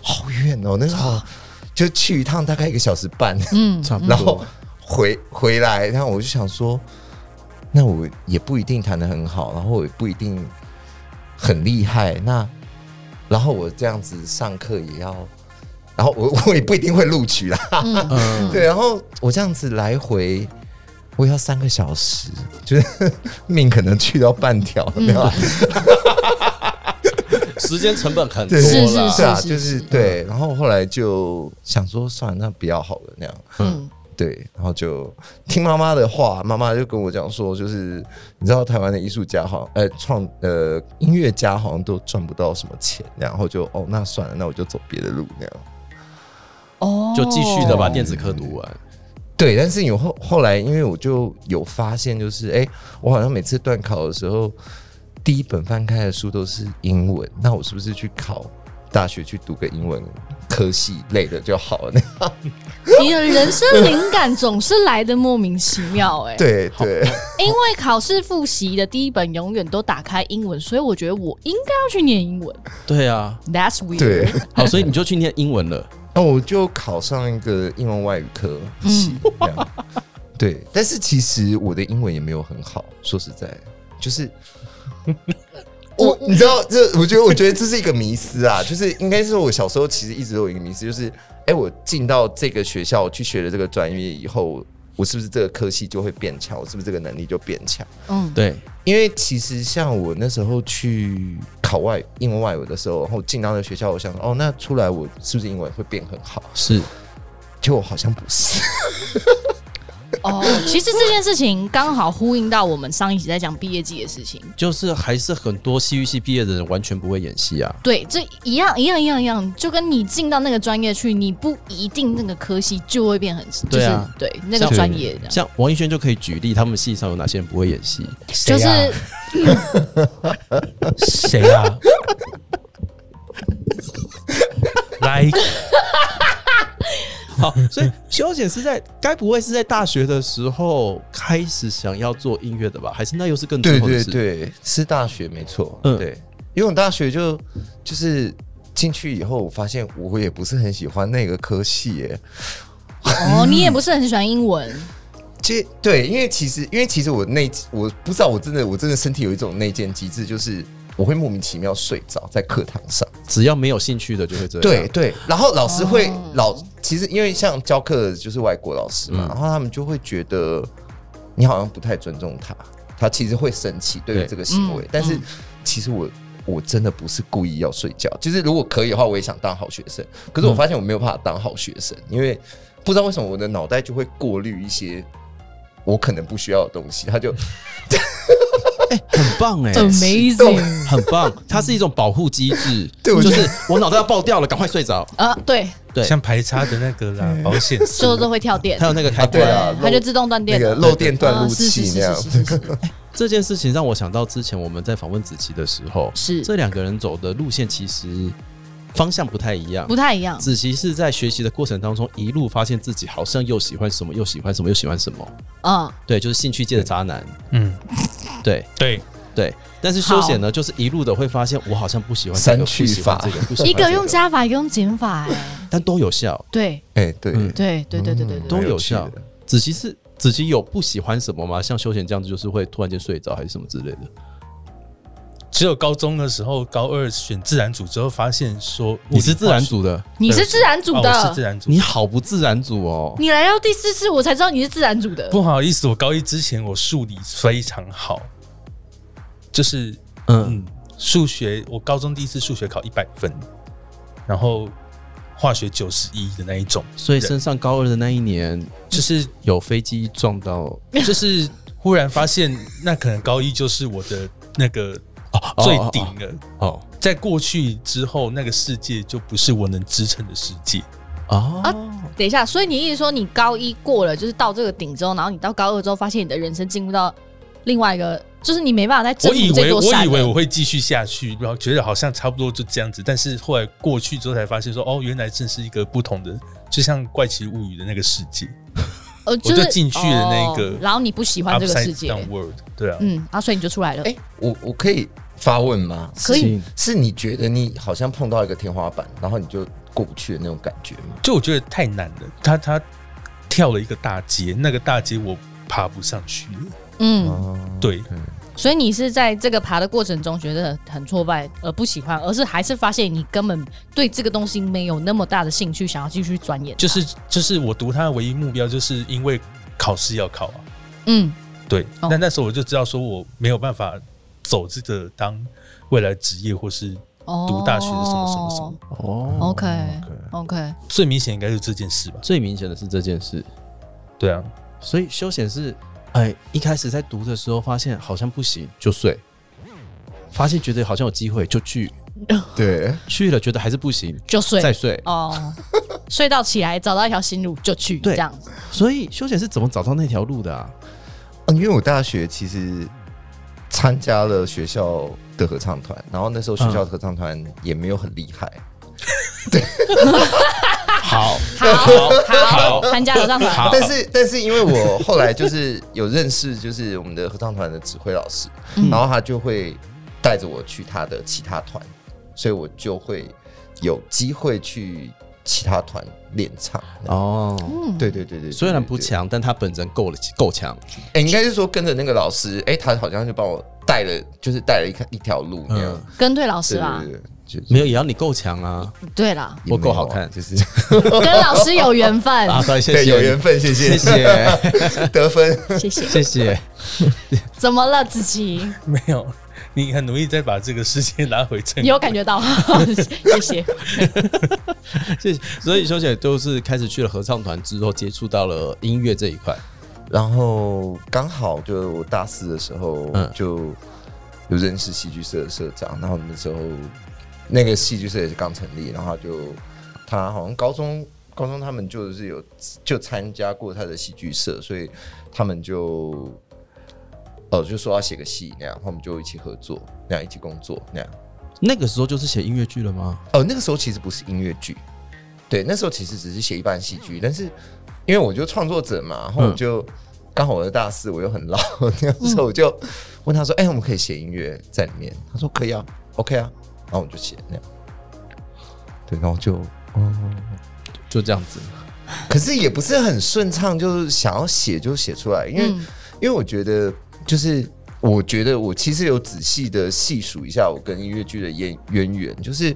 Speaker 4: 好远哦，那时候就去一趟大概一个小时半，
Speaker 2: 嗯，
Speaker 1: 差不多
Speaker 4: 然后回回来，然后我就想说，那我也不一定弹得很好，然后我也不一定很厉害，那然后我这样子上课也要，然后我我也不一定会录取啦，
Speaker 2: 嗯，
Speaker 1: 嗯，
Speaker 4: 对，然后我这样子来回。我也要三个小时，就是 命可能去到半条了，没有啊
Speaker 1: 时间成本很多
Speaker 4: 对，
Speaker 2: 是是
Speaker 1: 啦。
Speaker 4: 是啊，
Speaker 2: 是嗯
Speaker 4: 就是是对。然后后来就想说，算了，那不要好了那样。
Speaker 2: 嗯，
Speaker 4: 对，然后就听妈妈的话，妈妈就跟我讲说，就是你知道台湾的艺术家好像，呃，创呃音乐家好像都赚不到什么钱，然后就哦，那算了，那我就走别的路那样。
Speaker 2: 哦，
Speaker 1: 就继续的把电子科读完。
Speaker 4: 对，但是有后后来，因为我就有发现，就是哎、我好像每次段考的时候，第一本翻开的书都是英文，那我是不是去考大学去读个英文科系类的就好了？那
Speaker 2: 你的人生灵感总是来的莫名其妙、哎，
Speaker 4: 对对，
Speaker 2: 因为考试复习的第一本永远都打开英文，所以我觉得我应该要去念英文。
Speaker 1: 对啊，
Speaker 2: That's weird。
Speaker 4: 对，
Speaker 1: 好，所以你就去念英文了。
Speaker 4: 那哦我就考上一个英文外语科系，这样对。但是其实我的英文也没有很好，说实在， 就是我，你知道，这我觉得，我觉得这是一个迷思啊，就是应该是我小时候其实一直都有一个迷思，就是哎、我进到这个学校去学了这个专业以后，我是不是这个科系就会变强？我是不是这个能力就变强？
Speaker 2: 嗯，
Speaker 1: 对，
Speaker 4: 因为其实像我那时候去考外英文外语的时候，然后进到那个学校，我想哦，那出来我是不是英文会变很好？
Speaker 1: 是
Speaker 4: 结果好像不 是。
Speaker 2: 哦，其实这件事情刚好呼应到我们上一集在讲毕业季的事情。
Speaker 1: 就是还是很多戏剧系毕业的人完全不会演戏啊。
Speaker 2: 对，这一样一样一样一样，就跟你进到那个专业去，你不一定那个科系就会变很，就是
Speaker 1: 对啊
Speaker 2: 对那个专业这样，
Speaker 1: 像王艺轩就可以举例，他们系上有哪些人不会演戏？
Speaker 2: 就
Speaker 3: 谁啊
Speaker 2: 是
Speaker 3: 谁啊？Like
Speaker 1: 好，所以修剪是在该不会是在大学的时候开始想要做音乐的吧？还是那又是更之
Speaker 4: 对
Speaker 1: 后的
Speaker 4: 对
Speaker 1: 事？
Speaker 4: 对，是大学没错。
Speaker 1: 嗯
Speaker 4: 对，因为我大学就就是进去以后，我发现我也不是很喜欢那个科系耶。
Speaker 2: 哦，你也不是很喜欢英 文，
Speaker 4: 其实对，因为其实因为其实我内我不知道，我真的我真的身体有一种内建机制，就是我会莫名其妙睡着在课堂上。
Speaker 1: 只要没有兴趣的就会这样。
Speaker 4: 对对，然后老师会、
Speaker 2: 哦
Speaker 4: 老，其实因为像教课就是外国老师嘛，
Speaker 1: 嗯
Speaker 4: 然后他们就会觉得你好像不太尊重他，他其实会生气对于
Speaker 1: 对
Speaker 4: 这个行为，
Speaker 2: 嗯
Speaker 4: 但是
Speaker 2: 嗯
Speaker 4: 其实我。我真的不是故意要睡觉，就是如果可以的话，我也想当好学生。可是我
Speaker 1: 嗯
Speaker 4: 发现我没有办法当好学生，因为不知道为什么我的脑袋就会过滤一些我可能不需要的东西，他就
Speaker 1: 很棒 哎、
Speaker 2: ，amazing
Speaker 1: 很棒，它是一种保护机制，
Speaker 4: 对我
Speaker 1: 就
Speaker 4: 觉
Speaker 1: 是我脑袋要爆掉了，赶快睡着。
Speaker 2: 啊，对，
Speaker 1: 对，
Speaker 3: 像排插的那个啦，保险丝
Speaker 2: 说都会跳电
Speaker 1: 它，有那个开
Speaker 4: 啊对
Speaker 1: 关。
Speaker 4: 啊，
Speaker 2: 它
Speaker 4: 漏
Speaker 2: 就自动断
Speaker 4: 那
Speaker 2: 电
Speaker 4: 个
Speaker 2: 了。
Speaker 4: 漏电断
Speaker 2: 啊
Speaker 4: 路
Speaker 2: 是是
Speaker 4: 器
Speaker 2: 是
Speaker 4: 那样
Speaker 2: 是。是是是
Speaker 1: 这件事情让我想到之前我们在访问子琪的时候，
Speaker 2: 是
Speaker 1: 这两个人走的路线其实方向不太一
Speaker 4: 啊
Speaker 1: 样
Speaker 2: 不。太一 样。
Speaker 1: 子琪是在学习的过程当中，一路发现自己好像又喜欢什么，又喜欢什么，又喜欢什么。
Speaker 2: 嗯，
Speaker 1: 对，就是兴趣界的渣男。
Speaker 3: 嗯，
Speaker 1: 对
Speaker 3: 对，
Speaker 1: 对，但是休闲呢，就是一路的会发现我好像不喜欢这
Speaker 4: 删
Speaker 1: 个，
Speaker 4: 去
Speaker 1: 不喜欢
Speaker 4: 法
Speaker 1: 这个，不喜欢
Speaker 2: 一
Speaker 1: 这
Speaker 2: 个用加法，一个用减法、哎，
Speaker 1: 但都有效。
Speaker 2: 对
Speaker 4: 哎、对，
Speaker 1: 嗯
Speaker 2: 对对对对对
Speaker 4: 嗯
Speaker 1: 都
Speaker 2: 对，
Speaker 4: 蛮
Speaker 1: 有
Speaker 4: 趣
Speaker 1: 效
Speaker 4: 的
Speaker 1: 子琪是子琪有不喜欢什么吗？像休闲这样子，就是会突然间睡着还是什么之类的。
Speaker 3: 只有高中的时候，高二选自然组之后，发现说
Speaker 1: 你是自然组的，
Speaker 2: 你是自然
Speaker 3: 物
Speaker 2: 组
Speaker 3: 理化学哦我是自
Speaker 2: 的，
Speaker 3: 然组
Speaker 1: 你。好不自然组哦。
Speaker 2: 你来到第四次我才知道你是自然组的。
Speaker 3: 不好意思，我高一之前我数理非常好，就是
Speaker 1: 嗯，
Speaker 3: 嗯，数学我高中第一次数学考一百分，然后化学九十一的那一种，
Speaker 1: 所以升上高二的那一年，
Speaker 3: 就是
Speaker 1: 有飞机撞到
Speaker 3: 就是忽然发现，那可能高一就是我的那个
Speaker 2: 哦
Speaker 3: 最顶了。
Speaker 1: 哦
Speaker 3: 在过去之后，那个世界就不是我能支撑的世界。
Speaker 1: 哦
Speaker 2: 啊等一下，所以你意思说你高一过了，就是到这个顶之后，然后你到高二之后，发现你的人生进入到另外一个，就是你没办法再征
Speaker 3: 我以
Speaker 2: 服这
Speaker 3: 为
Speaker 2: 座
Speaker 3: 我
Speaker 2: 山了。
Speaker 3: 以为我会继续下去，然后觉得好像差不多就这样子，但是后来过去之后才发现说，哦，原来这是一个不同的，就像《怪奇物语》的那个世界
Speaker 2: 呃，就
Speaker 3: 我
Speaker 2: 是
Speaker 3: 就进去了那个
Speaker 2: 哦然后你不喜欢这个世
Speaker 3: ，Upside
Speaker 2: 界，
Speaker 3: Down World，对啊，
Speaker 2: 嗯，啊，所以你就出来了。
Speaker 4: 哎、我我可以发问吗？
Speaker 2: 可以
Speaker 1: 是
Speaker 4: 是你觉得你好像碰到一个天花板，然后你就过不去的那种感觉吗？
Speaker 3: 就我觉得太难了，他他跳了一个大街，那个大街我爬不上去了，
Speaker 2: 嗯，
Speaker 3: 对，
Speaker 2: 所以你是在这个爬的过程中觉得很挫败，而不喜欢，而是还是发现你根本对这个东西没有那么大的兴趣，想要继续钻研它。
Speaker 3: 就是就是我读他的唯一目标，就是因为考试要考啊，
Speaker 2: 嗯，
Speaker 3: 对，
Speaker 2: 哦
Speaker 3: 但那时候我就知道说我没有办法走这个当未来职业或是
Speaker 2: 哦，
Speaker 3: 读大学是什么什么什么。
Speaker 1: 哦
Speaker 2: OK OK，
Speaker 3: 最明显应该就是这件事吧？
Speaker 1: 最明显的是这件事，
Speaker 3: 对啊，
Speaker 1: 所以休闲是，哎，一开始在读的时候发现好像不行就睡，发现觉得好像有机会就去，
Speaker 4: 对，
Speaker 1: 去了觉得还是不行
Speaker 2: 就睡
Speaker 1: 再睡，
Speaker 2: 哦，睡到起来找到一条新路就去，
Speaker 1: 对
Speaker 2: 这样
Speaker 1: 所以休闲是怎么找到那条路的啊？
Speaker 4: 嗯，因为我大学其实参加了学校的合唱团，然后那时候学校的合唱团也没有很厉害，
Speaker 1: 好，
Speaker 2: 好好参加合唱团，
Speaker 4: 但是但是因为我后来就是有认识，就是我们的合唱团的指挥老师，然后他就会带着我去他的其他团，所以我就会有机会去其他团练唱。
Speaker 1: 哦，
Speaker 4: 对对对对，对
Speaker 1: 虽然不
Speaker 4: 对
Speaker 1: 强，但他本人够了够强，
Speaker 4: 哎、应该是说跟着那个老师，哎、他好像就帮我带了，就是带了一个一条路那样。
Speaker 2: 跟对老师
Speaker 4: 对
Speaker 2: 啦
Speaker 4: 对，对对，就是
Speaker 1: 没有也要你够强啊，
Speaker 2: 对啦，
Speaker 1: 我够好看
Speaker 4: 就是
Speaker 2: 跟老师有缘 分，
Speaker 1: 啊，对，谢
Speaker 4: 对有缘
Speaker 1: 谢，
Speaker 4: 分，谢
Speaker 1: 谢
Speaker 4: 谢
Speaker 1: 谢，
Speaker 4: 得分。
Speaker 2: 谢谢。
Speaker 1: 谢谢，
Speaker 2: 怎么了，子琪？
Speaker 3: 没有，你很努力在把这个世界拉回正轨。
Speaker 2: 有感觉到？谢谢。
Speaker 1: 谢谢。所以休闲就是开始去了合唱团之后，接触到了音乐这一块，
Speaker 4: 然后刚好就我大四的时候
Speaker 1: 嗯
Speaker 4: 就有认识戏剧社的社长，然后那时候那个戏剧社也是刚成立，然后他就他好像高中高中他们就是有就参加过他的戏剧社，所以他们就哦就说要写个戏那样，然后我们就一起合作，那样一起工作那样。
Speaker 1: 那个时候就是写音乐剧了吗？
Speaker 4: 哦，那个时候其实不是音乐剧，对，那时候其实只是写一半戏剧，但是因为我就创作者嘛，然后我就刚、好我的大四，我又很老，那时候我就问他说：“哎、我们可以写音乐在里面？”他说：“可以啊，OK 啊。”然后我就写那样，对，然后就哦，
Speaker 1: 就这样子，
Speaker 4: 可是也不是很顺畅，就是想要写就写出来，因为、
Speaker 2: 嗯
Speaker 4: 因为我觉得就是。我觉得我其实有仔细的细数一下我跟音乐剧的渊渊源，就是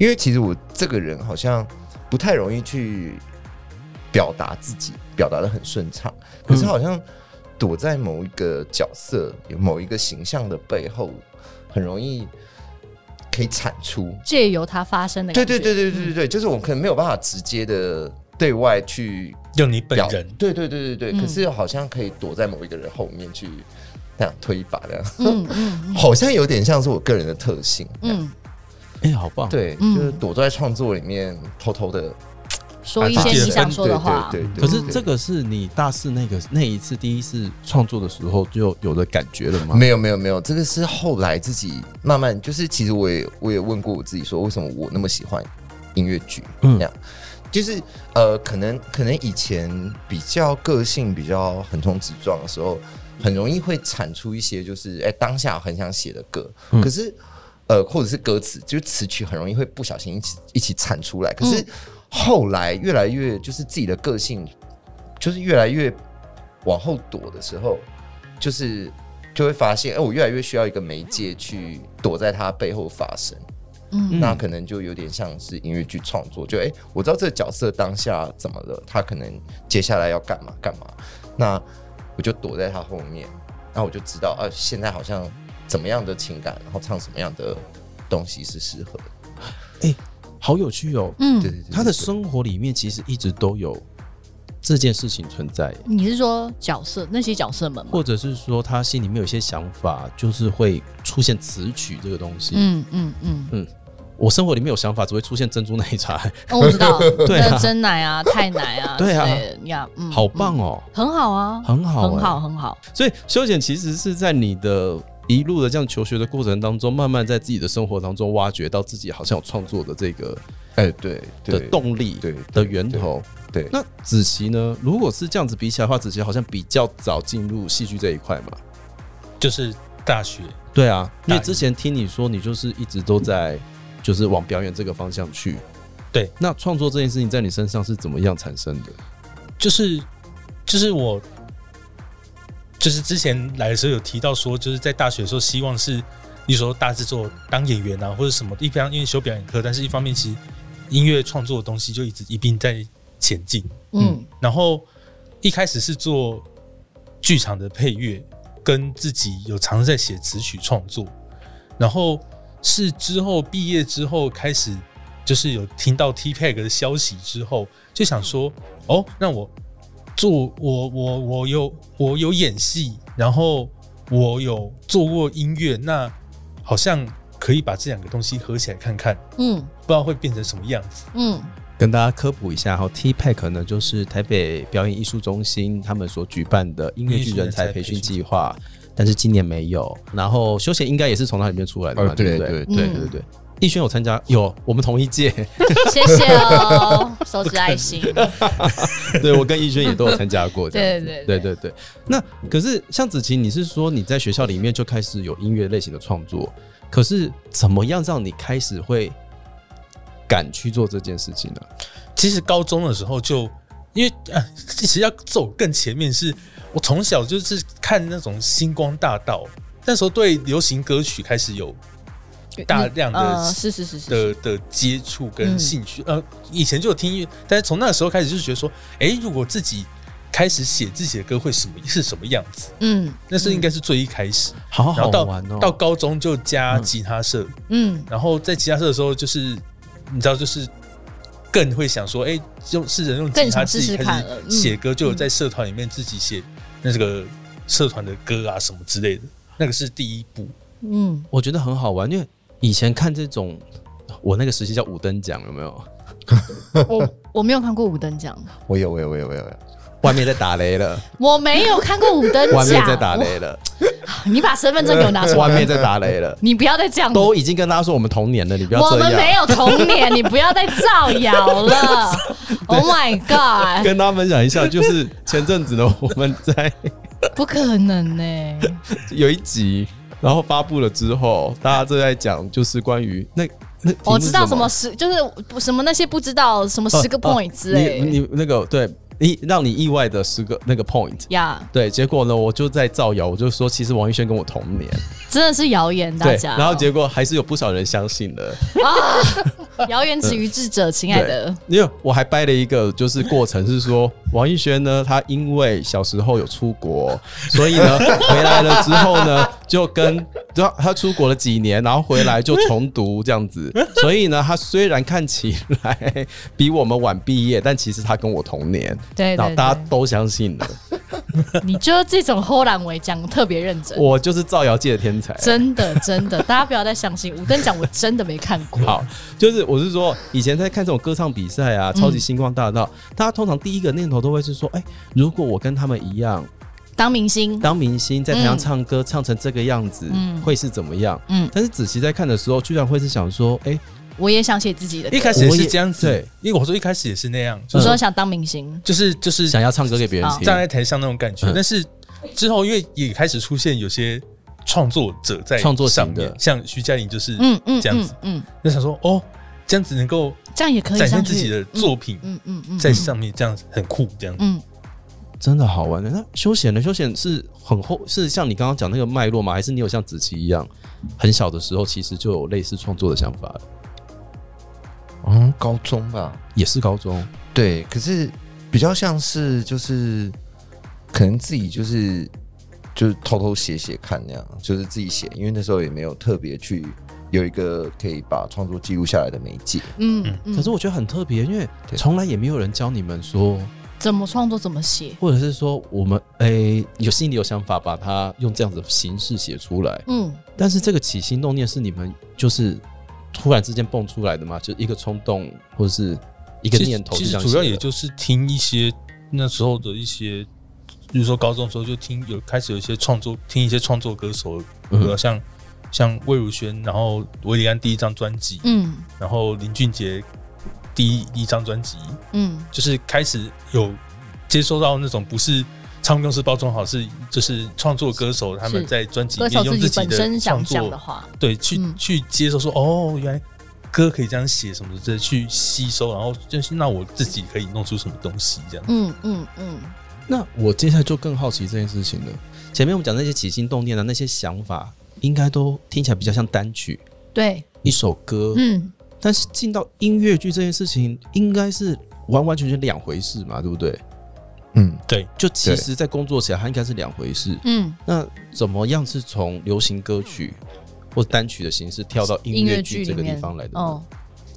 Speaker 4: 因为其实我这个人好像不太容易去表达自己，表达的很顺畅，可是好像躲在某一个角色、有某一个形象的背后，很容易可以产出。
Speaker 2: 借由它发生的
Speaker 4: 对
Speaker 2: 感觉，
Speaker 4: 对对对对对对，就是我们可能没有办法直接的对外去
Speaker 3: 用你本
Speaker 4: 表
Speaker 3: 人，
Speaker 4: 对对对对对，
Speaker 2: 嗯
Speaker 4: 可是好像可以躲在某一个人后面去那样推一把这样，
Speaker 2: 嗯嗯
Speaker 4: 好像有点像是我个人的特性。嗯，
Speaker 2: 嗯，
Speaker 1: 哎，好棒，
Speaker 4: 对，
Speaker 2: 嗯
Speaker 4: 就是躲在创作里面偷偷的
Speaker 2: 说一些你想说的话，
Speaker 4: 对对对
Speaker 1: 可是这个是你大四那个那一次第一次创作的时候就有的感觉了吗？
Speaker 4: 没有没有没有，这个是后来自己慢慢就是，其实我也我也问过我自己说，为什么我那么喜欢音乐剧？
Speaker 1: 嗯
Speaker 4: 嗯，这样就是呃，可能可能以前比较个性比较横冲直撞的时候，很容易会产出一些就是哎、当下很想写的歌，
Speaker 1: 嗯
Speaker 4: 可是呃或者是歌词，就是词曲很容易会不小心一起一起产出来。可
Speaker 1: 嗯
Speaker 4: 是后来越来越就是自己的个性，就是越来越往后躲的时候，就是就会发现，哎、我越来越需要一个媒介去躲在它背后发声。
Speaker 2: 嗯
Speaker 4: 那可能就有点像是音乐剧创作，就哎、我知道这个角色当下怎么了，他可能接下来要干嘛干嘛，那我就躲在他后面，那我就知道，啊，现在好像怎么样的情感，然后唱什么样的东西是适合的。
Speaker 1: 好有趣哦。
Speaker 2: 嗯
Speaker 4: 对，对对，
Speaker 1: 他的
Speaker 4: 对
Speaker 1: 生活里面其实一直都有这件事情存在，
Speaker 2: 你是说角色那些角色们吗？
Speaker 1: 或者是说他心里面有一些想法，就是会出现词曲这个东西。
Speaker 2: 嗯嗯嗯，
Speaker 1: 我生活里面有想法，只会出现珍珠奶茶，
Speaker 2: 哦，我知道，
Speaker 1: 对啊
Speaker 2: 那真奶啊、太奶啊之
Speaker 1: 对啊
Speaker 2: 类的呀，嗯，
Speaker 1: 好棒哦，
Speaker 2: 嗯，很好啊，
Speaker 1: 很好、
Speaker 2: 很。好，很好，
Speaker 1: 所以休闲其实是在你的一路的这样求学的过程当中，慢慢在自己的生活当中挖掘到自己好像有创作的这个
Speaker 4: 哎，对
Speaker 1: 的
Speaker 4: 对，
Speaker 1: 动力
Speaker 4: 对对
Speaker 1: 的源头。
Speaker 4: 对对
Speaker 1: 那子琪呢？如果是这样子比起来的话，子琪好像比较早进入戏剧这一块嘛。
Speaker 3: 就是大学
Speaker 1: 对啊，因为
Speaker 3: 大一
Speaker 1: 之前听你说，你就是一直都在就是往表演这个方向去。
Speaker 3: 对，
Speaker 1: 那创作这件事情在你身上是怎么样产生的？
Speaker 3: 就是就是我，就是之前来的时候有提到说，就是在大学的时候希望是，你说大制作当演员啊，或者什么，一方因为修表演课，但是一方面其实音乐创作的东西就一直一并在前进。
Speaker 2: 嗯
Speaker 3: 然后一开始是做剧场的配乐，跟自己有尝试在写词曲创作，然后是之后毕业之后开始，就是有听到 TPEG 的消息之后，就想说，哦，那我做我我我有我有演戏，然后我有做过音乐，那好像可以把这两个东西合起来看看，
Speaker 2: 嗯
Speaker 3: 不知道会变成什么样子。
Speaker 2: 嗯
Speaker 1: 跟大家科普一下哈，TPEC E 呢就是台北表演艺术中心他们所举办的音乐剧人才培训计划，但是今年没有。然后休闲应该也是从它里面出来的嘛，
Speaker 4: 呃
Speaker 1: 哦对
Speaker 4: 对
Speaker 1: 不对
Speaker 4: 对
Speaker 2: 对
Speaker 1: 对对。逸轩有参加，有我们同一届，
Speaker 2: 谢谢哦，手指 爱心，
Speaker 1: 对我跟逸轩也都有参加过这样子。
Speaker 2: 对
Speaker 1: 对
Speaker 2: 对对
Speaker 1: 对对。那可是像子琪，你是说你在学校里面就开始有音乐类型的创作，可是怎么样让你开始会敢去做这件事情呢、
Speaker 3: 其实高中的时候就，因为呃，其实要走更前面是，我从小就是看那种星光大道，那时候对流行歌曲开始有大量的
Speaker 2: 嗯，是是是是，
Speaker 3: 的的接触跟
Speaker 2: 嗯
Speaker 3: 兴趣。呃，以前就有听音乐，但是从那个时候开始就觉得说，诶，如果自己开始写自己的歌会什么是什么样子，
Speaker 2: 嗯，
Speaker 3: 那是应该是最一开始。
Speaker 1: 好
Speaker 3: 然
Speaker 1: 好
Speaker 3: 后到
Speaker 1: 玩哦！
Speaker 3: 到高中就加吉他社，
Speaker 2: 嗯，
Speaker 3: 然后在吉他社的时候，就是你知道，就是更会想说，哎、用是人用吉
Speaker 2: 更
Speaker 3: 他
Speaker 2: 想
Speaker 3: 自
Speaker 2: 试
Speaker 3: 己
Speaker 2: 试
Speaker 3: 开
Speaker 2: 看
Speaker 3: 始
Speaker 2: 了嗯
Speaker 3: 写歌，就有在社团里面自己写那这个社团的歌啊什么之类的，那个是第一步。
Speaker 2: 嗯
Speaker 1: 我觉得很好玩，因为以前看这种，我那个时期叫五等奖，有没有？
Speaker 2: 嗯，我我没有看过五等奖，
Speaker 4: 我有我有我有我有，
Speaker 1: 外面在打雷了，
Speaker 2: 我没有看过五等
Speaker 1: 外面
Speaker 2: 奖，
Speaker 1: 在打雷了，
Speaker 2: 你把身份证给我 拿出
Speaker 1: 外
Speaker 2: 来，
Speaker 1: 面在打雷 了，
Speaker 2: 你不要再这样子，
Speaker 1: 都已经跟大家说我们同年了，你不要
Speaker 2: 我
Speaker 1: 这
Speaker 2: 们没
Speaker 1: 样。
Speaker 2: 有 童年，你不要再造谣了。Oh my god，
Speaker 1: 跟大家分享一下，就是前阵子呢，我们在
Speaker 2: 不可能呢、
Speaker 1: 有一集，然后发布了之后，大家都在讲，就是关于那那题目
Speaker 2: 我
Speaker 1: 是
Speaker 2: 知道什
Speaker 1: 什
Speaker 2: 么十，就是不什么那些不知道什么十个
Speaker 1: 哦
Speaker 2: point 之类
Speaker 1: 你你那个对，意让你意外的十个那个 point。
Speaker 2: 呀
Speaker 1: 对，结果呢，我就在造谣，我就说其实王一轩跟我同年，
Speaker 2: 真的是谣言，大
Speaker 1: 对，
Speaker 2: 家。
Speaker 1: 然后结果还是有不少人相信了。
Speaker 2: 啊 谣言止于智者，亲爱的，
Speaker 1: 因为我还掰了一个，就是过程是说，王艺轩呢，他因为小时候有出国，所以呢回来了之后呢，就跟 他他出国了几年，然后回来就重读这样 子，所以呢，他虽然看起来比我们晚毕业，但其实他跟我同年，
Speaker 2: 对
Speaker 1: 然后
Speaker 2: 对
Speaker 1: 大家
Speaker 2: 对，
Speaker 1: 都相信了，
Speaker 2: 你就这种偷懒为讲得特别认真，
Speaker 1: 我就是造谣界的天才。
Speaker 2: 真的真的，大家不要再相信五等奖，我真的没看过。
Speaker 1: 好，就是我是说，以前在看这种歌唱比赛啊，
Speaker 2: 嗯
Speaker 1: 超级星光大道，大家通常第一个念头都会是说，哎、如果我跟他们一样，
Speaker 2: 当明星，
Speaker 1: 当明星在台上
Speaker 2: 嗯
Speaker 1: 唱歌、唱成这个样子，
Speaker 2: 嗯
Speaker 1: 会是怎么样？
Speaker 2: 嗯
Speaker 1: 但是子琪在看的时候，居然会是想说，哎、
Speaker 2: 我也想写自己的歌
Speaker 3: 一。开始也
Speaker 1: 我也
Speaker 3: 是这样子，
Speaker 1: 对
Speaker 3: 因为我说一开始也是那样，
Speaker 2: 你说想当明星，
Speaker 3: 就是就是
Speaker 1: 想要唱歌给别人听，
Speaker 3: 站在台上那种感觉。
Speaker 1: 嗯
Speaker 3: 但是之后因为也开始出现有些创作者在
Speaker 1: 创作型
Speaker 3: 上面
Speaker 1: 的，
Speaker 3: 像徐佳莹就是，
Speaker 2: 嗯嗯
Speaker 3: 这样子
Speaker 2: 嗯嗯，
Speaker 3: 就想说哦，这样子能够
Speaker 2: 这样也可以
Speaker 3: 展
Speaker 2: 上
Speaker 3: 现
Speaker 2: 去
Speaker 3: 自己的作品
Speaker 2: 嗯嗯嗯，
Speaker 3: 在上面，这样很酷，这样子。
Speaker 2: 嗯，
Speaker 1: 真的好玩的。那休闲呢？休闲是很后，是像你刚刚讲那个脉络吗？还是你有像子琪一样，很小的时候其实就有类似创作的想法了？
Speaker 4: 嗯，高中吧，
Speaker 1: 也是高中，
Speaker 4: 对，可是比较像是就是可能自己就是就是偷偷写写看那样，就是自己写，因为那时候也没有特别去有一个可以把创作记录下来的媒介。
Speaker 2: 嗯，嗯
Speaker 1: 可是我觉得很特别，因为
Speaker 4: 对
Speaker 1: 从来也没有人教你们说，
Speaker 2: 怎么创作怎么写，
Speaker 1: 或者是说我们诶、有心里有想法，把它用这样子的形式写出来。
Speaker 2: 嗯，
Speaker 1: 但是这个起心动念是你们就是突然之间蹦出来的嘛，就一个冲动或者是一个
Speaker 3: 其实
Speaker 1: 念头就
Speaker 3: 其
Speaker 1: 这
Speaker 3: 实
Speaker 1: 样写的，
Speaker 3: 主要也就是听一些那时候的一些，比如说高中的时候就听有开始有一些创作，听一些创作歌手的歌，
Speaker 1: 嗯
Speaker 3: 像像魏如萱，然后维里安第一张专辑，
Speaker 2: 嗯
Speaker 3: 然后林俊杰第一张专辑，
Speaker 2: 嗯
Speaker 3: 就是开始有接收到那种不是唱片公司包装好，是就是创作歌手他们
Speaker 2: 是
Speaker 3: 在专辑
Speaker 2: 歌
Speaker 3: 里
Speaker 2: 手
Speaker 3: 面用
Speaker 2: 自己
Speaker 3: 己
Speaker 2: 本身
Speaker 3: 的创
Speaker 2: 想讲
Speaker 3: 作
Speaker 2: 的话，
Speaker 3: 对，去、
Speaker 2: 嗯
Speaker 3: 去接受说，哦，原来歌可以这样写什么的，这去吸收，然后就是那我自己可以弄出什么东西这样。
Speaker 2: 嗯嗯嗯
Speaker 1: 那我接下来就更好奇这件事情了。前面我们讲那些起心动念的啊那些想法，应该都听起来比较像单曲
Speaker 2: 对，
Speaker 1: 一首歌，
Speaker 2: 嗯，
Speaker 1: 但是进到音乐剧这件事情，应该是完完全全两回事嘛，对不对？
Speaker 4: 嗯，
Speaker 1: 就其实，在工作起来，它应该是两回事。
Speaker 2: 嗯，
Speaker 1: 那怎么样是从流行歌曲或单曲的形式跳到音
Speaker 2: 音
Speaker 1: 乐
Speaker 2: 乐
Speaker 1: 剧
Speaker 2: 剧
Speaker 1: 这
Speaker 2: 里
Speaker 1: 个地
Speaker 2: 面，
Speaker 1: 方来的呢？
Speaker 2: 哦，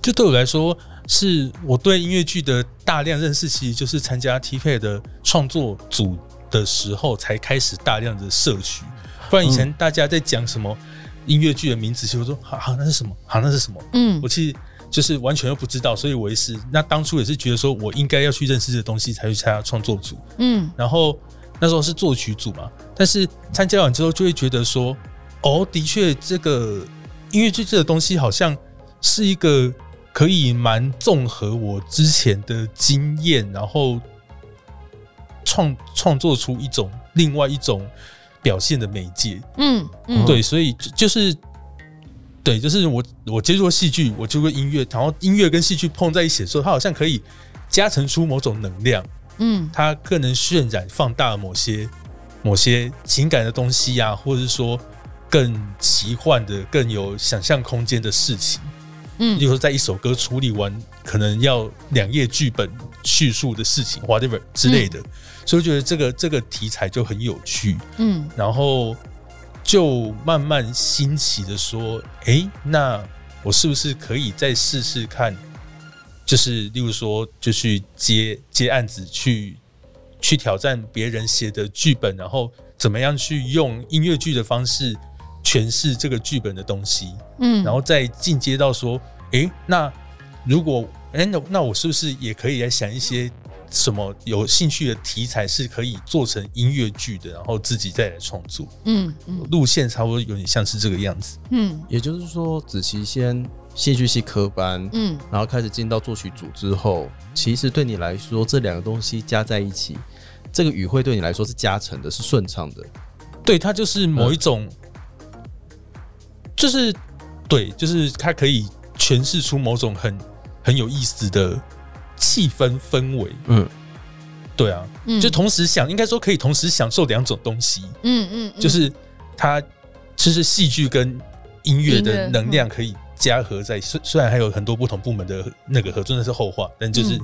Speaker 3: 就对我来说，是我对音乐剧的大量认识，其实就是参加 T P 的创作组的时候才开始大量的摄取，不然以前大家在讲什么音乐剧的名字，其实我说好好、啊那是什么，好、那是什么，
Speaker 2: 嗯
Speaker 3: 我其实就是完全又不知道，所以我也是那当初也是觉得说我应该要去认识这东西，才去参加创作组。
Speaker 2: 嗯
Speaker 3: 然后那时候是作曲组嘛，但是参加完之后就会觉得说，哦，的确这个音乐剧这个东西好像是一个可以蛮综合我之前的经验，然后创创作出一种另外一种表现的媒介。
Speaker 2: 嗯嗯，
Speaker 3: 对，所以就就是。对，就是我我接触过戏剧，我接触过音乐，然后音乐跟戏剧碰在一起的时候，它好像可以加成出某种能量。
Speaker 2: 嗯
Speaker 3: 它更能渲染、放大某些某些情感的东西啊，或者是说更奇幻的、更有想象空间的事情。
Speaker 2: 嗯
Speaker 3: 例如说，在一首歌处理完可能要两页剧本叙述的事情，whatever 之类的，所以我觉得这个这个题材就很有趣。
Speaker 2: 嗯
Speaker 3: 然后就慢慢兴起的说，诶，那我是不是可以再试试看？就是例如说，就去接接案子去，去挑战别人写的剧本，然后怎么样去用音乐剧的方式诠释这个剧本的东西，
Speaker 2: 嗯，
Speaker 3: 然后再进阶到说，诶，那如果诶，那那我是不是也可以来想一些什么有兴趣的题材是可以做成音乐剧的，然后自己再来创作？
Speaker 2: 嗯嗯
Speaker 3: 路线差不多有点像是这个样子。
Speaker 2: 嗯
Speaker 1: 也就是说，子琪先戏剧系科班，
Speaker 2: 嗯
Speaker 1: 然后开始进到作曲组之后，其实对你来说，这两个东西加在一起，这个语汇对你来说是加成的，是顺畅的。
Speaker 3: 对，它就是某一种，
Speaker 2: 嗯
Speaker 3: 就是对，就是它可以诠释出某种很很有意思的气氛氛围。
Speaker 1: 嗯，
Speaker 3: 对啊，
Speaker 2: 嗯，
Speaker 3: 就同时享，应该说可以同时享受两种东西，
Speaker 2: 嗯嗯，
Speaker 3: 就是它就是戏剧跟
Speaker 2: 音
Speaker 3: 音乐
Speaker 2: 乐
Speaker 3: 的能量可以加合
Speaker 2: 嗯
Speaker 3: 在，虽虽然还有很多不同部门的那个合作，那是后话，但就是、
Speaker 2: 嗯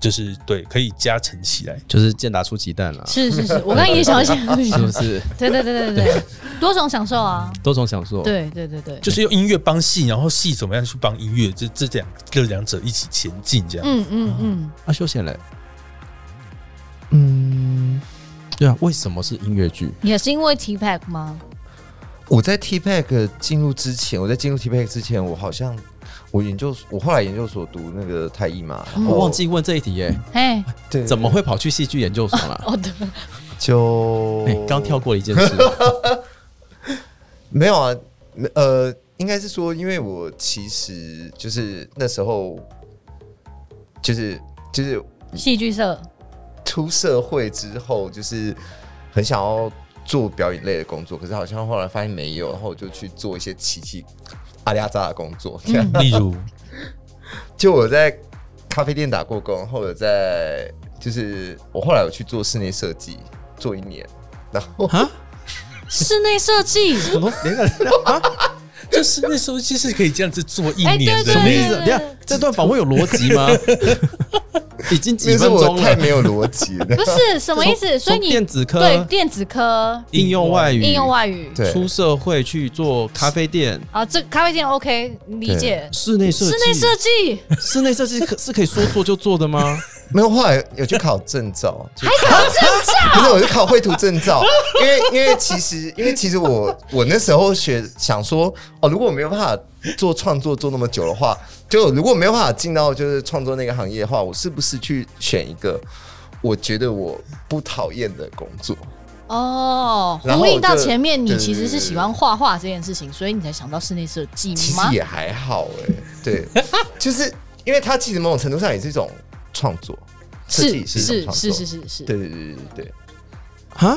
Speaker 3: 就是对，可以加成起来。
Speaker 1: 就是剑打出鸡蛋啊了，
Speaker 2: 是是是，我刚刚也想要讲，
Speaker 1: 是不 是？
Speaker 2: 对对对对对，多种享受啊，
Speaker 1: 多种享受。，
Speaker 2: 对对对对，
Speaker 3: 就是用音乐帮戏，然后戏怎么样去帮音乐，这这两这两者一起前进，这样。
Speaker 2: 嗯嗯嗯，
Speaker 1: 啊，休闲嘞，
Speaker 4: 嗯，
Speaker 1: 对啊，为什么是音乐剧？
Speaker 2: 也是因为 T Pack 吗？
Speaker 4: 我在 T Pack 进入之前，我在进入 T Pack 之前，我好像我研究，我后来研究所读那个太艺嘛，然后
Speaker 1: 哦我忘记问这一题耶、
Speaker 2: 嘿，
Speaker 4: 哦对
Speaker 1: 怎么会跑去戏剧研究所啦？
Speaker 2: 哦对，
Speaker 4: 就
Speaker 1: 哎刚、跳过了一件事，
Speaker 4: 没有啊，没呃，应该是说，因为我其实就是那时候，就是就是
Speaker 2: 戏剧社，
Speaker 4: 出社会之后，就是很想要做表演类的工作，可是好像后来发现没有，然后我就去做一些奇奇阿里阿扎的工作，这样。
Speaker 2: 嗯
Speaker 3: 例如，
Speaker 4: 就我在咖啡店打过工，后有在就是我后来有去做室内设计，做一年，然后
Speaker 1: 啊，
Speaker 2: 室内设计，
Speaker 1: 什么？等一下，等一下啊，
Speaker 3: 就是那时候其实可以这样子做一年
Speaker 2: 哎对
Speaker 3: 的，
Speaker 2: 对
Speaker 1: 什么意思？等
Speaker 2: 对
Speaker 1: 一下这段访问有逻辑吗？已经几
Speaker 4: 其实
Speaker 1: 分
Speaker 4: 我
Speaker 1: 钟
Speaker 4: 太
Speaker 1: 了，
Speaker 4: 没有逻辑了
Speaker 2: 不。是什么意思？
Speaker 1: 从
Speaker 2: 所以
Speaker 1: 从
Speaker 2: 你
Speaker 1: 电子科
Speaker 2: 对电子科、
Speaker 1: 应用外语
Speaker 2: 应用外语
Speaker 4: 对
Speaker 1: 出社会去做咖啡店。
Speaker 2: 啊，这咖啡店 OK 理解。
Speaker 1: 室内设
Speaker 2: 室
Speaker 1: 计，
Speaker 2: 内设计
Speaker 1: 室内设计可是可以说做就做的 吗？
Speaker 4: 没有，后来有去考证照，就
Speaker 2: 还考证照，
Speaker 4: 不是，我是考绘图证照，因为因为其实 因为其实我我那时候学想说哦，如果我没有办法做创作做那么久的话，就如果没有办法进到就是创作那个行业的话，我是不是去选一个我觉得我不讨厌的工作？
Speaker 2: 哦，
Speaker 4: 然后
Speaker 2: 呼
Speaker 4: 我
Speaker 2: 应到
Speaker 4: 就
Speaker 2: 前面，你
Speaker 4: 对
Speaker 2: 其实是
Speaker 4: 对
Speaker 2: 喜
Speaker 4: 对
Speaker 2: 欢画画这件事情，所以你才想到室内设计
Speaker 4: 其实
Speaker 2: 吗？
Speaker 4: 也还好哎、对，就是因为它其实某种程度上也是一种创作，设计也
Speaker 2: 是
Speaker 4: 是一
Speaker 2: 是
Speaker 4: 种创作
Speaker 2: 是是是是，
Speaker 4: 对对对对对。
Speaker 1: 啊，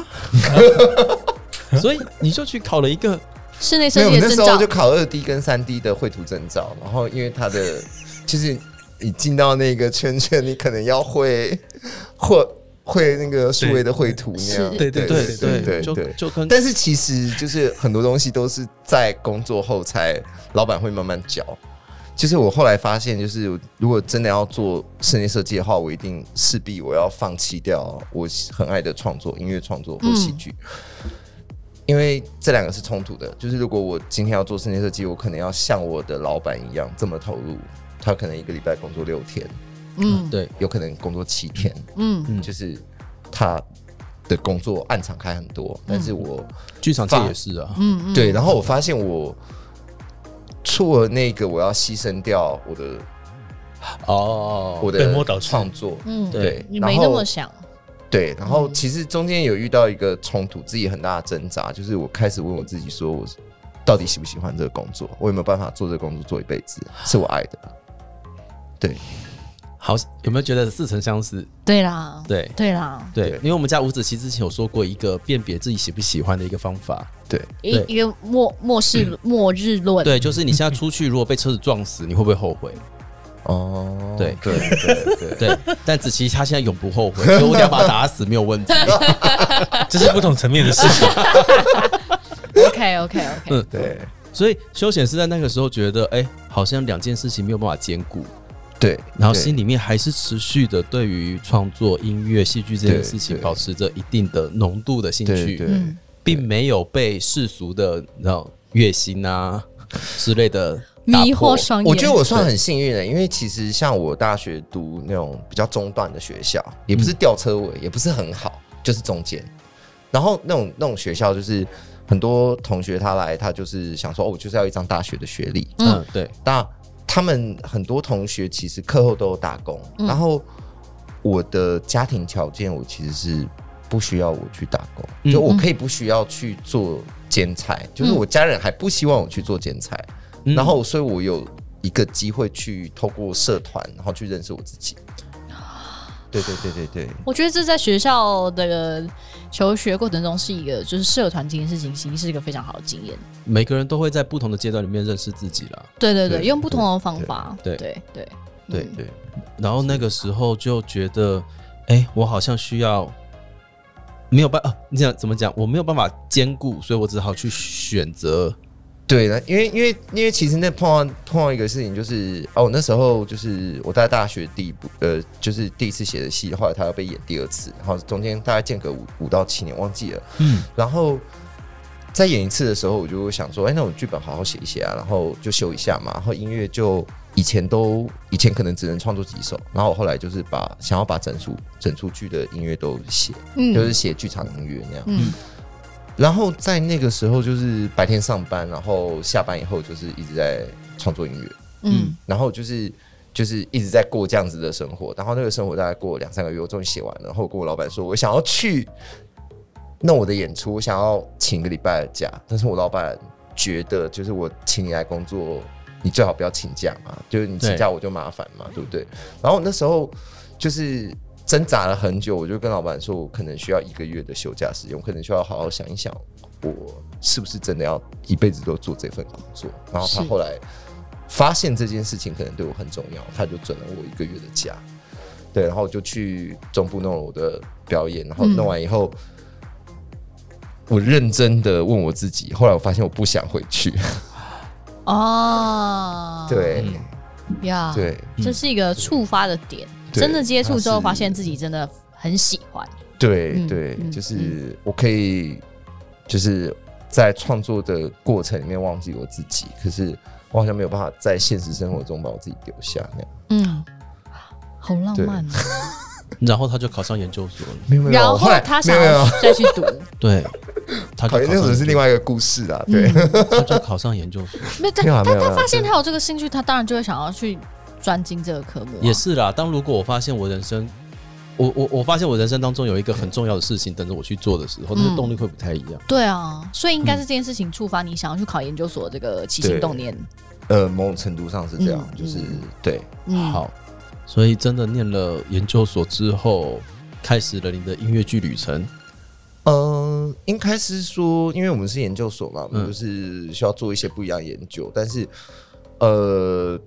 Speaker 1: 所以你就去考了一个
Speaker 2: 室内
Speaker 4: 没
Speaker 2: 设
Speaker 4: 有，
Speaker 2: 计
Speaker 4: 那
Speaker 2: 的
Speaker 4: 时
Speaker 2: 证
Speaker 4: 候就
Speaker 2: 照，
Speaker 4: 考二 D 跟三 D 的绘图证照，然后因为它的就是你进到那个圈圈，你可能要会会会那个数位的绘图那样，
Speaker 2: 是
Speaker 3: 对对
Speaker 4: 对
Speaker 1: 对
Speaker 4: 对
Speaker 1: 就
Speaker 4: 对。
Speaker 1: 就跟
Speaker 4: 但是其实就是很多东西都是在工作后才老板会慢慢教。就是我后来发现，就是如果真的要做室内设计的话，我一定势必我要放弃掉我很爱的创作、音乐创作或戏剧，因为这两个是冲突的。就是如果我今天要做室内设计，我可能要像我的老板一样这么投入，他可能一个礼拜工作六天，
Speaker 2: 嗯
Speaker 1: 对
Speaker 4: 有可能工作七天，
Speaker 2: 嗯，
Speaker 1: 嗯
Speaker 4: 就是他的工作暗场开很多，但是我
Speaker 1: 剧场界也是啊，
Speaker 4: 嗯对，然后我发现我错了那个，我要牺牲掉我的
Speaker 1: 哦，
Speaker 4: 我的
Speaker 3: 本末倒置
Speaker 4: 创作，
Speaker 2: 嗯
Speaker 4: 对，
Speaker 2: 你
Speaker 4: 然
Speaker 2: 没那
Speaker 4: 后
Speaker 2: 么想，
Speaker 4: 对，然后其实中间有遇到一个冲突，自己很大的挣扎，就是我开始问我自己说，我到底喜不喜欢这个工作？我有没有办法做这个工作做一辈子？是我爱的吗？对，
Speaker 1: 好，有没有觉得似曾相识？
Speaker 2: 对啦，
Speaker 1: 对
Speaker 2: 对啦，
Speaker 1: 对
Speaker 4: 对，
Speaker 1: 因为我们家吴子琪之前有说过一个辨别自己喜不喜欢的一个方法，
Speaker 4: 对，嗯
Speaker 2: 一
Speaker 1: 对
Speaker 2: 一个末末世末日论，
Speaker 1: 对，就是你现在出去如果被车子撞死，你会不会后悔？
Speaker 4: 哦，
Speaker 1: 对
Speaker 4: 对对对
Speaker 1: 对，但子琪她现在永不后悔，所以我一定要把她打死没有问题。
Speaker 3: 这是不同层面的事 情。
Speaker 2: ，OK OK OK，
Speaker 1: 嗯，
Speaker 4: 对
Speaker 1: 所以休闲是在那个时候觉得，哎、好像两件事情没有办法兼顾，
Speaker 4: 对，
Speaker 1: 然后
Speaker 4: 对
Speaker 1: 心里面还是持续的对于创作、音乐、戏剧这件
Speaker 4: 对
Speaker 1: 事情
Speaker 4: 对
Speaker 1: 保持着一定的浓度的兴
Speaker 4: 对
Speaker 1: 趣，
Speaker 4: 对
Speaker 2: 嗯，
Speaker 1: 并没有被世俗的你知道月薪啊之类的打
Speaker 2: 迷惑
Speaker 1: 破
Speaker 2: 双眼，
Speaker 4: 我觉得我算很幸运的，因为其实像我大学读那种比较中段的学校，也不是吊车尾，也不是很好，就是中间。然后那种那种学校，就是很多同学他来，他就是想说，哦，我就是要一张大学的学历。
Speaker 1: 嗯
Speaker 2: 嗯
Speaker 1: 对，
Speaker 4: 那他们很多同学其实课后都有打工，
Speaker 2: 嗯
Speaker 4: 然后我的家庭条件，我其实是不需要我去打工，
Speaker 1: 嗯
Speaker 4: 就我可以不需要去做兼差，就是我家人还不希望我去做兼差，
Speaker 1: 嗯
Speaker 4: 然后所以我有一个机会去透过社团，然后去认识我自己。对对对对对，
Speaker 2: 我觉得这在学校的求学过程中是一个，就是社团这件事情，其实是一个非常好的经验。
Speaker 1: 每个人都会在不同的阶段里面认识自己啦。
Speaker 2: 对对对，
Speaker 4: 对
Speaker 2: 用不同的方法，
Speaker 1: 对
Speaker 2: 对对
Speaker 4: 对
Speaker 2: 嗯
Speaker 4: 对，
Speaker 1: 然后那个时候就觉得，哎、我好像需要没有办啊，你想怎么讲？我没有办法兼顾，所以我只好去选择。
Speaker 4: 对的，因为因为因为其实那碰到碰到一个事情，就是哦，那时候就是我在大学第一部呃，就是第一次写的戏，后来他要被演第二次，然后中间大概间隔五五到七年，忘记了。
Speaker 1: 嗯，
Speaker 4: 然后再演一次的时候，我就会想说，哎，那我剧本好好写一写啊，然后就修一下嘛，然后音乐就以前都以前可能只能创作几首，然后我后来就是把想要把整出整出剧的音乐都写，
Speaker 2: 嗯
Speaker 4: 就是写剧场音乐那样。
Speaker 2: 嗯
Speaker 4: 然后在那个时候就是白天上班，然后下班以后就是一直在创作音乐，
Speaker 2: 嗯
Speaker 4: 然后就是就是一直在过这样子的生活。然后那个生活大概过了两三个月，我终于写完了，然后我跟我老板说，我想要去弄我的演出，我想要请一个礼拜的假，但是我老板觉得就是我请你来工作，你最好不要请假嘛，就是你请假我就麻烦嘛，对不对？然后那时候就是。挣扎了很久，我就跟老板说，我可能需要一个月的休假时间，我可能需要好好想一想，我是不是真的要一辈子都做这份工作。然后他
Speaker 2: 是
Speaker 4: 后来发现这件事情可能对我很重要，他就准了我一个月的假。对，然后我就去中部弄了我的表演，然后弄完以后，我认真的问我自己，后来我发现我不想回去，
Speaker 2: 哦，
Speaker 4: 对
Speaker 1: 嗯
Speaker 2: 呀，
Speaker 4: 对，
Speaker 2: 这是一个触发的点，
Speaker 4: 对
Speaker 2: 真的接触之后
Speaker 4: 它是
Speaker 2: 发现自己真的很喜欢，
Speaker 4: 对
Speaker 2: 嗯
Speaker 4: 对
Speaker 2: 嗯，
Speaker 4: 就是我可以，就是在创作的过程里面忘记我自己，可是我好像没有办法在现实生活中把我自己丢下那样。
Speaker 2: 嗯，好浪
Speaker 4: 对
Speaker 2: 漫哦。
Speaker 1: 然后他就考上研究所了。
Speaker 4: 没 有没有，
Speaker 2: 然后
Speaker 4: 后来
Speaker 2: 他
Speaker 4: 没
Speaker 2: 想
Speaker 4: 有没
Speaker 2: 要
Speaker 4: 有，
Speaker 2: 再去 读，
Speaker 1: 对，他就
Speaker 4: 考研
Speaker 1: 考
Speaker 4: 究所
Speaker 1: 上
Speaker 4: 是另外一个故事啦。对，
Speaker 2: 嗯
Speaker 1: 他就考上研究所
Speaker 2: 没有他
Speaker 4: 没有啊
Speaker 2: 他
Speaker 4: 没有啊
Speaker 2: 他发现
Speaker 4: 对
Speaker 2: 他有这个兴趣，他当然就会想要去专精这个科目啊。
Speaker 1: 也是啦。当如果我发现我人生，我我我发现我人生当中有一个很重要的事情等着我去做的时候，那个
Speaker 2: 嗯
Speaker 1: 动力会不太一样。
Speaker 2: 对啊，所以应该是这件事情触发你想要去考研究所的这个起心
Speaker 4: 对
Speaker 2: 动念。
Speaker 4: 呃，某种程度上是这样，
Speaker 2: 嗯
Speaker 4: 就是
Speaker 2: 嗯
Speaker 4: 对，
Speaker 2: 嗯，
Speaker 1: 好，所以真的念了研究所之后，开始了你的音乐剧旅程。
Speaker 4: 嗯，应该是说，因为我们是研究所嘛，我们
Speaker 1: 嗯
Speaker 4: 就是需要做一些不一样的研究，但是呃，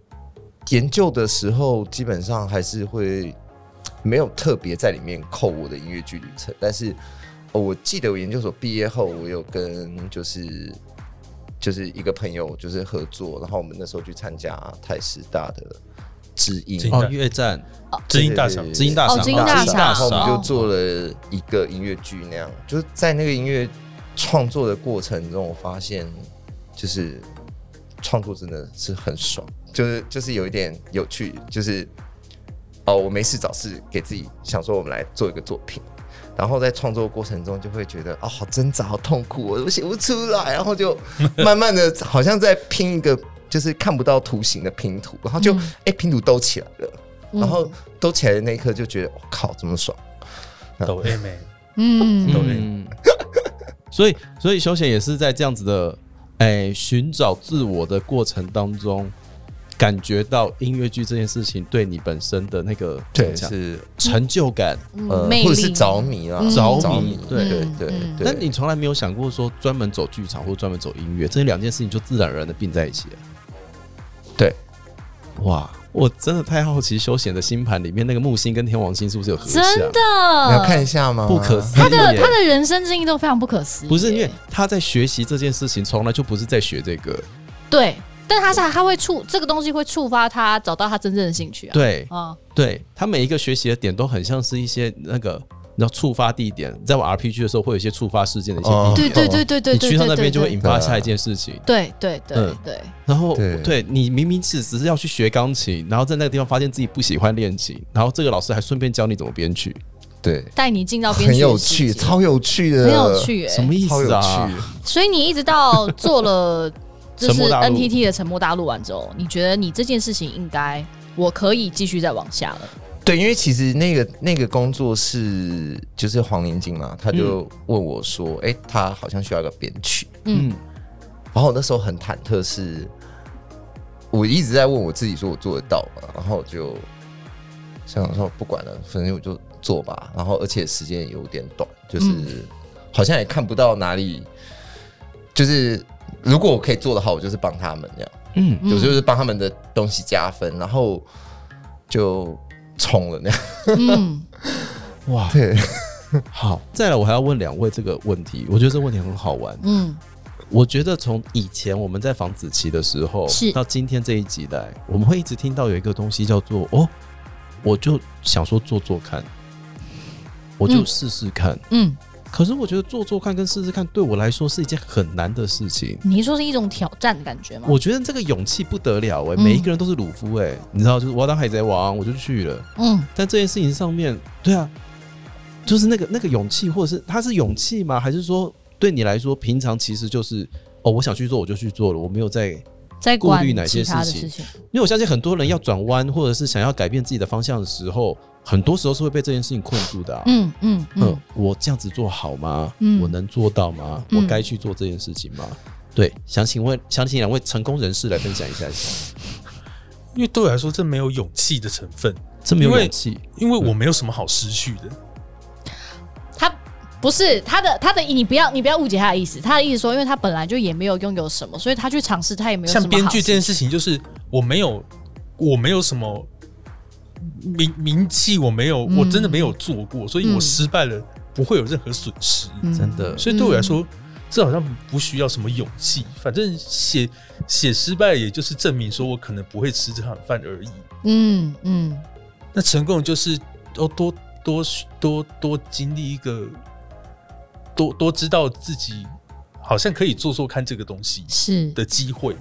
Speaker 4: 研究的时候基本上还是会没有特别在里面扣我的音乐剧旅程，但是、呃我记得我研究所毕业后，我有跟就是。就是一个朋友，就是合作，然后我们那时候去参加台师大的啊知音
Speaker 3: 知音
Speaker 1: 哦，乐站，
Speaker 3: 知音大赏，
Speaker 1: 知音大
Speaker 2: 哦
Speaker 1: 赏，
Speaker 2: 知音大赏
Speaker 4: 然后我们
Speaker 2: 哦
Speaker 4: 就做了一个音乐剧那样，就是在那个音乐创作的过程中，我发现就是创作真的是很爽，就是就是有一点有趣，就是哦，我没事找事给自己想说我们来做一个作品。然后在创作过程中就会觉得啊、好挣扎，好痛苦，我我写不出来，然后就 慢慢的好像在拼一个就是看不到图形的拼图，然后就哎、诶拼图兜起来了，
Speaker 2: 嗯
Speaker 4: 然后兜起来的那一刻就觉得，我、靠，这么爽！
Speaker 3: 抖 A 妹，
Speaker 2: 嗯，
Speaker 3: 懂
Speaker 1: 嗯， 所以所以休闲也是在这样子的，哎、寻找自我的过程当中，感觉到音乐剧这件事情对你本身的那个怎么讲
Speaker 4: 是
Speaker 1: 成就感。
Speaker 4: 呃
Speaker 2: 嗯，魅力
Speaker 4: 或者是着迷啦
Speaker 2: 嗯，
Speaker 1: 着迷
Speaker 4: 对对
Speaker 2: 嗯
Speaker 4: 对
Speaker 2: 嗯
Speaker 4: 对。
Speaker 1: 但你从来没有想过说专门走剧场或专门走音乐，这两件事情就自然而然的并在一起了。
Speaker 4: 对，
Speaker 1: 哇，我真的太好奇休闲的星盘里面那个木星跟天王星是不是有合相？
Speaker 2: 真的，
Speaker 4: 你要看一下吗？
Speaker 1: 不可思议
Speaker 2: 他的
Speaker 1: 耶
Speaker 2: 他的人生经历都非常不可思议耶。
Speaker 1: 不是因为他在学习这件事情，从来就不是在学这个。
Speaker 2: 对，但他是他会触这个东西会触发他找到他真正的兴趣啊。
Speaker 1: 对，
Speaker 2: 啊，
Speaker 1: 对他每一个学习的点都很像是一些那个，你知道触发地点，在玩 RPG 的时候会有一些触发事件的一些
Speaker 4: 哦
Speaker 1: 地
Speaker 2: 对
Speaker 1: 点，
Speaker 2: 对对对对，
Speaker 1: 你去到那边就会
Speaker 2: 赢。
Speaker 1: 引发下一件事情。
Speaker 2: 对对对
Speaker 1: 嗯
Speaker 2: 对，
Speaker 1: 然后
Speaker 4: 对
Speaker 1: 对你明明只只是要去学钢琴，然后在那个地方发现自己不喜欢练琴，然后这个老师还顺便教你怎么编曲，
Speaker 4: 对，
Speaker 2: 带你进到编
Speaker 4: 很
Speaker 2: 曲的
Speaker 4: 有
Speaker 2: 世
Speaker 4: 趣，
Speaker 2: 界
Speaker 4: 超有趣的，
Speaker 2: 很有，趣耶。
Speaker 1: 什么意
Speaker 4: 超
Speaker 1: 思
Speaker 4: 有
Speaker 1: 啊？
Speaker 4: 趣。
Speaker 2: 所以你一直到做了就
Speaker 1: 沉
Speaker 2: 是
Speaker 1: 默大陆
Speaker 2: NTT 的沉默大陆完之后，你觉得你这件事情应该我可以继续再往下了。
Speaker 4: 对，因为其实那个那个工作是就是黄连金嘛，他就问我说，哎、他好像需要一个编曲，
Speaker 1: 嗯，
Speaker 2: 嗯
Speaker 4: 然后我那时候很忐忑是，我一直在问我自己说我做得到吗？然后我就想说不管了，反正我就做吧。然后而且时间也有点短，就是、好像也看不到哪里，就是如果我可以做得好，我就是帮他们这样，
Speaker 1: 嗯，
Speaker 4: 有时候就是帮他们的东西加分，然后就冲了那样。
Speaker 2: 嗯，
Speaker 1: 哇，
Speaker 4: 对，
Speaker 1: 好，再来我还要问两位这个问题，我觉得这个问题很好玩。
Speaker 2: 嗯，
Speaker 1: 我觉得从以前我们在房子期的时候，
Speaker 2: 是
Speaker 1: 到今天这一集来，我们会一直听到有一个东西叫做“哦”，我就想说做做看，我就
Speaker 2: 嗯
Speaker 1: 试试看。
Speaker 2: 嗯，
Speaker 1: 可是我觉得做做看跟试试看对我来说是一件很难的事情。
Speaker 2: 你说是一种挑战的感觉吗？
Speaker 1: 我觉得这个勇气不得了哎、
Speaker 2: 嗯
Speaker 1: 每一个人都是鲁夫哎、你知道，就是我要当海贼王，我就去了。
Speaker 2: 嗯，
Speaker 1: 但这件事情上面，对啊，就是那个那个勇气，或者是它是勇气吗？还是说对你来说，平常其实就是哦，我想去做我就去做了，我没有在，因
Speaker 2: 在
Speaker 1: 顾
Speaker 2: 管
Speaker 1: 虑哪
Speaker 2: 其
Speaker 1: 些
Speaker 2: 他的
Speaker 1: 事
Speaker 2: 事
Speaker 1: 情
Speaker 2: 情，
Speaker 1: 为我相信很多人要转弯或者是想要改变自己的方向的时候，很多时候是会被这件事情困住的、啊。
Speaker 2: 嗯嗯
Speaker 1: 嗯
Speaker 2: 嗯，，
Speaker 1: 我这样子做好吗？
Speaker 2: 嗯
Speaker 1: 我能做到吗？
Speaker 2: 嗯
Speaker 1: 我该去做这件事情吗？对，想请问，想请两位成功人士来分享一下，
Speaker 3: 因为对我来说这没有勇气的成分，
Speaker 1: 这么有
Speaker 3: 因为
Speaker 1: 勇气，
Speaker 3: 因为我没有什么好失去的。
Speaker 2: 他。不是他的，他的你不要，你不要误解他的意思。他的意思说，因为他本来就也没有拥有什么，所以他去尝试，他也没有什
Speaker 3: 像
Speaker 2: 么
Speaker 3: 编
Speaker 2: 好
Speaker 3: 剧这件事情，就是我没有，我没有什么名名气，我没有，
Speaker 2: 嗯
Speaker 3: 我真的没有做过，所以我
Speaker 2: 嗯
Speaker 3: 失败了不会有任何损失。
Speaker 2: 嗯
Speaker 1: 真的
Speaker 3: 所以对我来说，这好像不需要什么勇气，反正写写失败，也就是证明说我可能不会吃这碗饭而已。
Speaker 2: 嗯嗯，
Speaker 3: 那成功就是哦，多多多多经历一个，多多知道自己好像可以做做看这个东西
Speaker 2: 是
Speaker 3: 的机会。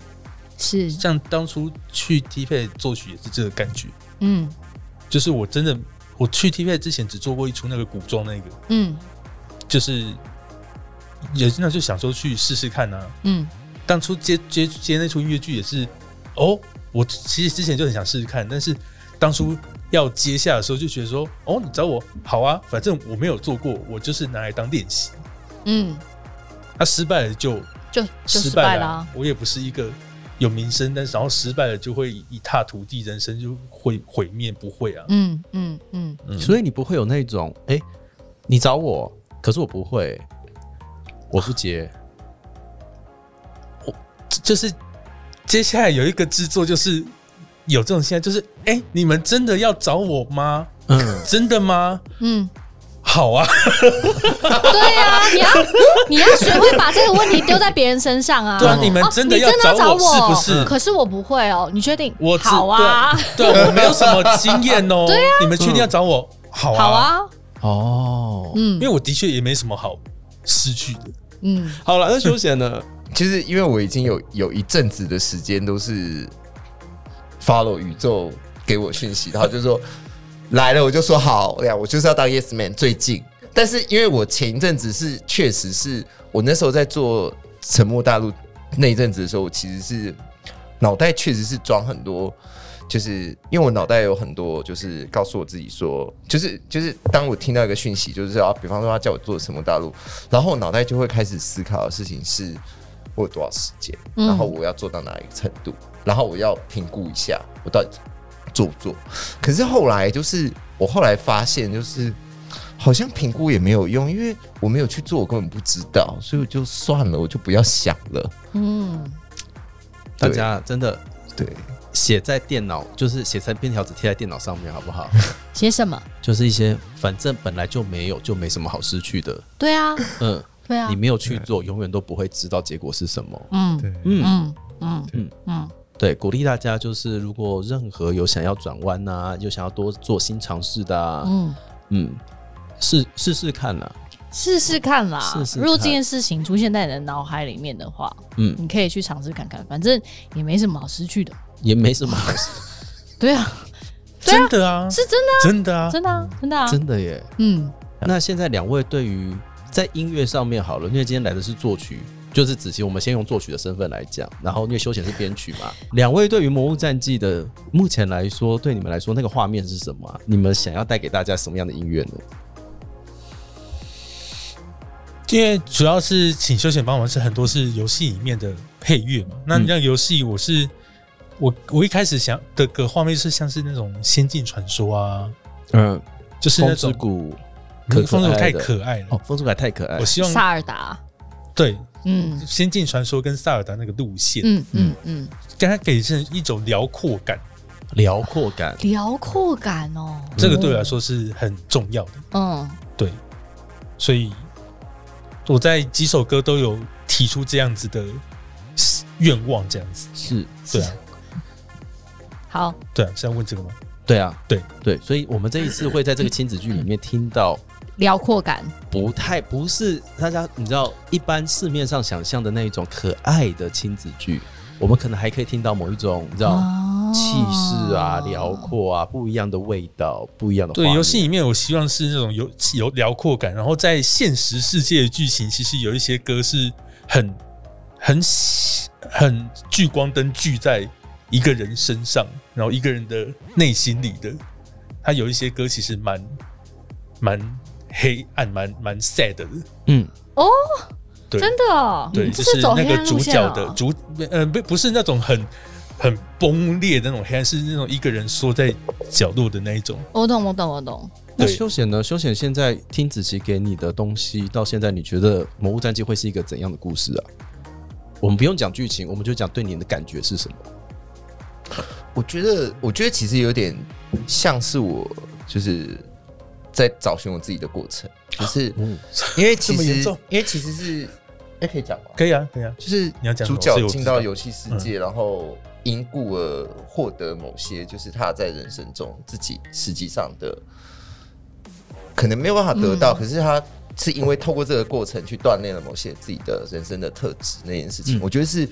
Speaker 2: 是，
Speaker 3: 像当初去 T 配作曲也是这个感觉，
Speaker 2: 嗯
Speaker 3: 就是我真的我去 T E 配之前只做过一出那个古装那个，
Speaker 2: 嗯
Speaker 3: 就是也那就想说去试试看啊。
Speaker 2: 嗯
Speaker 3: 当初接接接那出音乐剧也是，哦，我其实之前就很想试试看，但是当初要接下的时候就觉得说，哦，你找我好啊，反正我没有做过，我就是拿来当练习。
Speaker 2: 嗯，
Speaker 3: 他、失败了就
Speaker 2: 就就
Speaker 3: 失
Speaker 2: 失
Speaker 3: 败
Speaker 2: 败
Speaker 3: 了
Speaker 2: 了
Speaker 3: 啊、
Speaker 2: 啊，
Speaker 3: 我也不是一个有名声，但是然后失败了就会一塌涂地，人生就会毁灭，不会啊。
Speaker 2: 嗯嗯嗯，
Speaker 3: 嗯
Speaker 1: 所以你不会有那种，哎、你找我，可是我不会，我不接。
Speaker 3: 就是接下来有一个制作，就是有这种现在，就是哎、你们真的要找我吗？
Speaker 1: 嗯，
Speaker 3: 真的吗？
Speaker 2: 嗯，
Speaker 3: 好啊，
Speaker 2: 对啊， 你要你要学会把这个问题丢在别人身上啊。
Speaker 3: 对啊，你们
Speaker 2: 哦
Speaker 3: 真的
Speaker 2: 你
Speaker 3: 要
Speaker 2: 真的要
Speaker 3: 找
Speaker 2: 找
Speaker 3: 我是不是？
Speaker 2: 可是我不会哦，你确定？
Speaker 3: 我只
Speaker 2: 好啊，
Speaker 3: 对我没有什么经验哦。 对啊，你们确定要找我？好啊，
Speaker 2: 好，啊，
Speaker 1: 哦，
Speaker 2: 嗯
Speaker 3: 因为我的确也没什么好失去的。
Speaker 2: 嗯
Speaker 1: 好了，那休闲 呢？
Speaker 4: 其实因为我已经有有一阵子的时间都是 follow 宇宙给我讯息，然后就说来了，我就说好呀，我就是要当 yes man。最近，但是因为我前一阵子是确实是我那时候在做《沉默大陆》那一阵子的时候，我其实是脑袋确实是装很多。就是因为我脑袋有很多，就是告诉我自己说，就是就是当我听到一个讯息，就是啊，比方说他叫我做什么大陆，然后我脑袋就会开始思考的事情是，我有多少时间，
Speaker 2: 嗯
Speaker 4: 然后我要做到哪一个程度，然后我要评估一下我到底做不做。可是后来就是我后来发现，就是好像评估也没有用，因为我没有去做，我根本不知道，所以我就算了，我就不要想了。
Speaker 2: 嗯，
Speaker 1: 大家真的
Speaker 4: 对，
Speaker 1: 写在电脑，就是写在便条纸贴在电脑上面，好不 好？
Speaker 2: 写什么？
Speaker 1: 就是一些反正本来就没有，就没什么好失去的。
Speaker 2: 对啊，
Speaker 1: 嗯，
Speaker 2: 对啊
Speaker 1: 你，没有去做，永远都不会知道结果是什么。
Speaker 2: 嗯
Speaker 4: 对
Speaker 1: 嗯，
Speaker 2: 嗯嗯嗯嗯
Speaker 1: 对，鼓励大家就是，如果任何有想要转弯呐，有想要多做新尝试的啊，
Speaker 2: 嗯，
Speaker 1: 嗯，试试试看啊啦。
Speaker 2: 试试看啦
Speaker 1: 试试看
Speaker 2: 如果这件事情出现在你的脑海里面的话，
Speaker 1: 嗯，
Speaker 2: 你可以去尝试看看，反正也没什么好失去的。
Speaker 1: 也没 什么好失，
Speaker 2: 对啊，对啊
Speaker 3: 真的啊，
Speaker 2: 是真的
Speaker 3: 真的啊
Speaker 2: 啊，，真的啊，真的啊，
Speaker 1: 真的耶。
Speaker 2: 嗯
Speaker 1: 那现在两位对于在音乐上面好了，因为今天来的是作曲，就是子琪，我们先用作曲的身份来讲，然后因为休闲是编曲嘛，两位对于《魔物战记》的目前来说，对你们来说那个画面是什么啊、你们想要带给大家什么样的音乐呢？
Speaker 3: 因为主要是请休闲帮忙，是很多是游戏里面的配乐嘛。那
Speaker 1: 嗯
Speaker 3: 你像游戏，我是我我一开始想的个画面是像是那种《仙境传说》啊，
Speaker 1: 嗯，
Speaker 3: 就是那
Speaker 1: 风之
Speaker 3: 种嗯
Speaker 1: 谷，可
Speaker 3: 风之谷太
Speaker 1: 爱的
Speaker 3: 可爱了。
Speaker 1: 哦，风之谷太可爱
Speaker 3: 我，希望
Speaker 2: 萨尔达，
Speaker 3: 对《
Speaker 2: 嗯
Speaker 3: 仙境传说》跟《塞尔达》那个路线，
Speaker 2: 嗯嗯嗯，
Speaker 3: 给它给人一种辽阔感，
Speaker 1: 辽阔感，
Speaker 2: 辽阔感哦，
Speaker 3: 这个对啊我来说是很重要的。
Speaker 2: 嗯
Speaker 3: 对，所以我在几首歌都有提出这样子的愿望，这样子。
Speaker 1: 是
Speaker 3: 对啊，
Speaker 2: 好，
Speaker 3: 对啊，是要问这个吗？
Speaker 1: 对啊，
Speaker 3: 对
Speaker 1: 对，所以我们这一次会在这个亲子剧里面听到
Speaker 2: 辽阔感，
Speaker 1: 不太不是大家你知道一般市面上想象的那一种可爱的亲子剧，我们可能还可以听到某一种你知道
Speaker 2: 哦
Speaker 1: 啊气势啊、辽，阔啊、不一样的味道、不一样的
Speaker 3: 对
Speaker 1: 画，面
Speaker 3: 游戏里面我希望是那种有有辽阔感，然后在现实世界的剧情，其实有一些歌是很很很聚光灯聚在一个人身上，然后一个人的内心里的。他有一些歌其实蛮蛮黑暗、蛮蛮 sad 的。
Speaker 1: 嗯
Speaker 3: 对，
Speaker 2: 真的哦，
Speaker 3: 对，
Speaker 2: 你
Speaker 3: 就
Speaker 2: 这
Speaker 3: 是
Speaker 2: 走
Speaker 3: 那
Speaker 2: 黑
Speaker 3: 个
Speaker 2: 暗
Speaker 3: 主
Speaker 2: 路线
Speaker 3: 角
Speaker 2: 哦
Speaker 3: 的主，呃，不不是那种很很崩裂的那种黑暗，是那种一个人缩在角落的那一种。
Speaker 2: 我懂，我懂，我懂。
Speaker 1: 那
Speaker 3: 对
Speaker 1: 休闲呢？休闲现在听子琪给你的东西，到现在你觉得《魔物战记》会是一个怎样的故事啊？我们不用讲剧情，我们就讲对你的感觉是什么。
Speaker 4: 我觉得，我觉得其实有点像是我就是在找寻我自己的过程，就是
Speaker 1: 嗯
Speaker 4: 因为其
Speaker 3: 啊这么严
Speaker 4: 实
Speaker 3: 重
Speaker 4: 因为其实是哎，可以讲吗？
Speaker 3: 可以啊，可以啊。
Speaker 4: 就是
Speaker 3: 你要讲什
Speaker 4: 主
Speaker 3: 么
Speaker 4: 角
Speaker 3: 是我
Speaker 4: 进
Speaker 3: 知
Speaker 4: 到
Speaker 3: 道嗯
Speaker 4: 游戏世界，然后因故而获得某些，就是他在人生中自己实际上的可能没有办法得到，可是他是因为透过这个过程去锻炼了某些自己的人生的特质那件事
Speaker 1: 嗯
Speaker 4: 情，我觉得是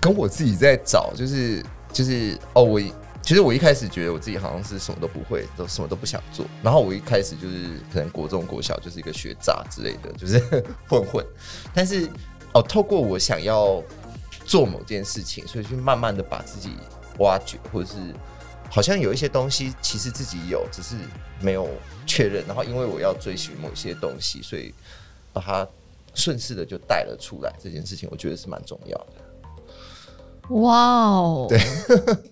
Speaker 4: 跟我自己在找，就是就是哦，我其实我一开始觉得我自己好像是什么都不会，都什么都不想做。然后我一开始就是可能国中、国小就是一个学渣之类的，就是 混混。但是哦，透过我想要做某件事情，所以去慢慢的把自己挖掘，或者是好像有一些东西其实自己有，只是没有确认。然后因为我要追寻某些东西，所以把它顺势的就带了出来。这件事情我觉得是蛮重要的。
Speaker 2: 哇哦，对，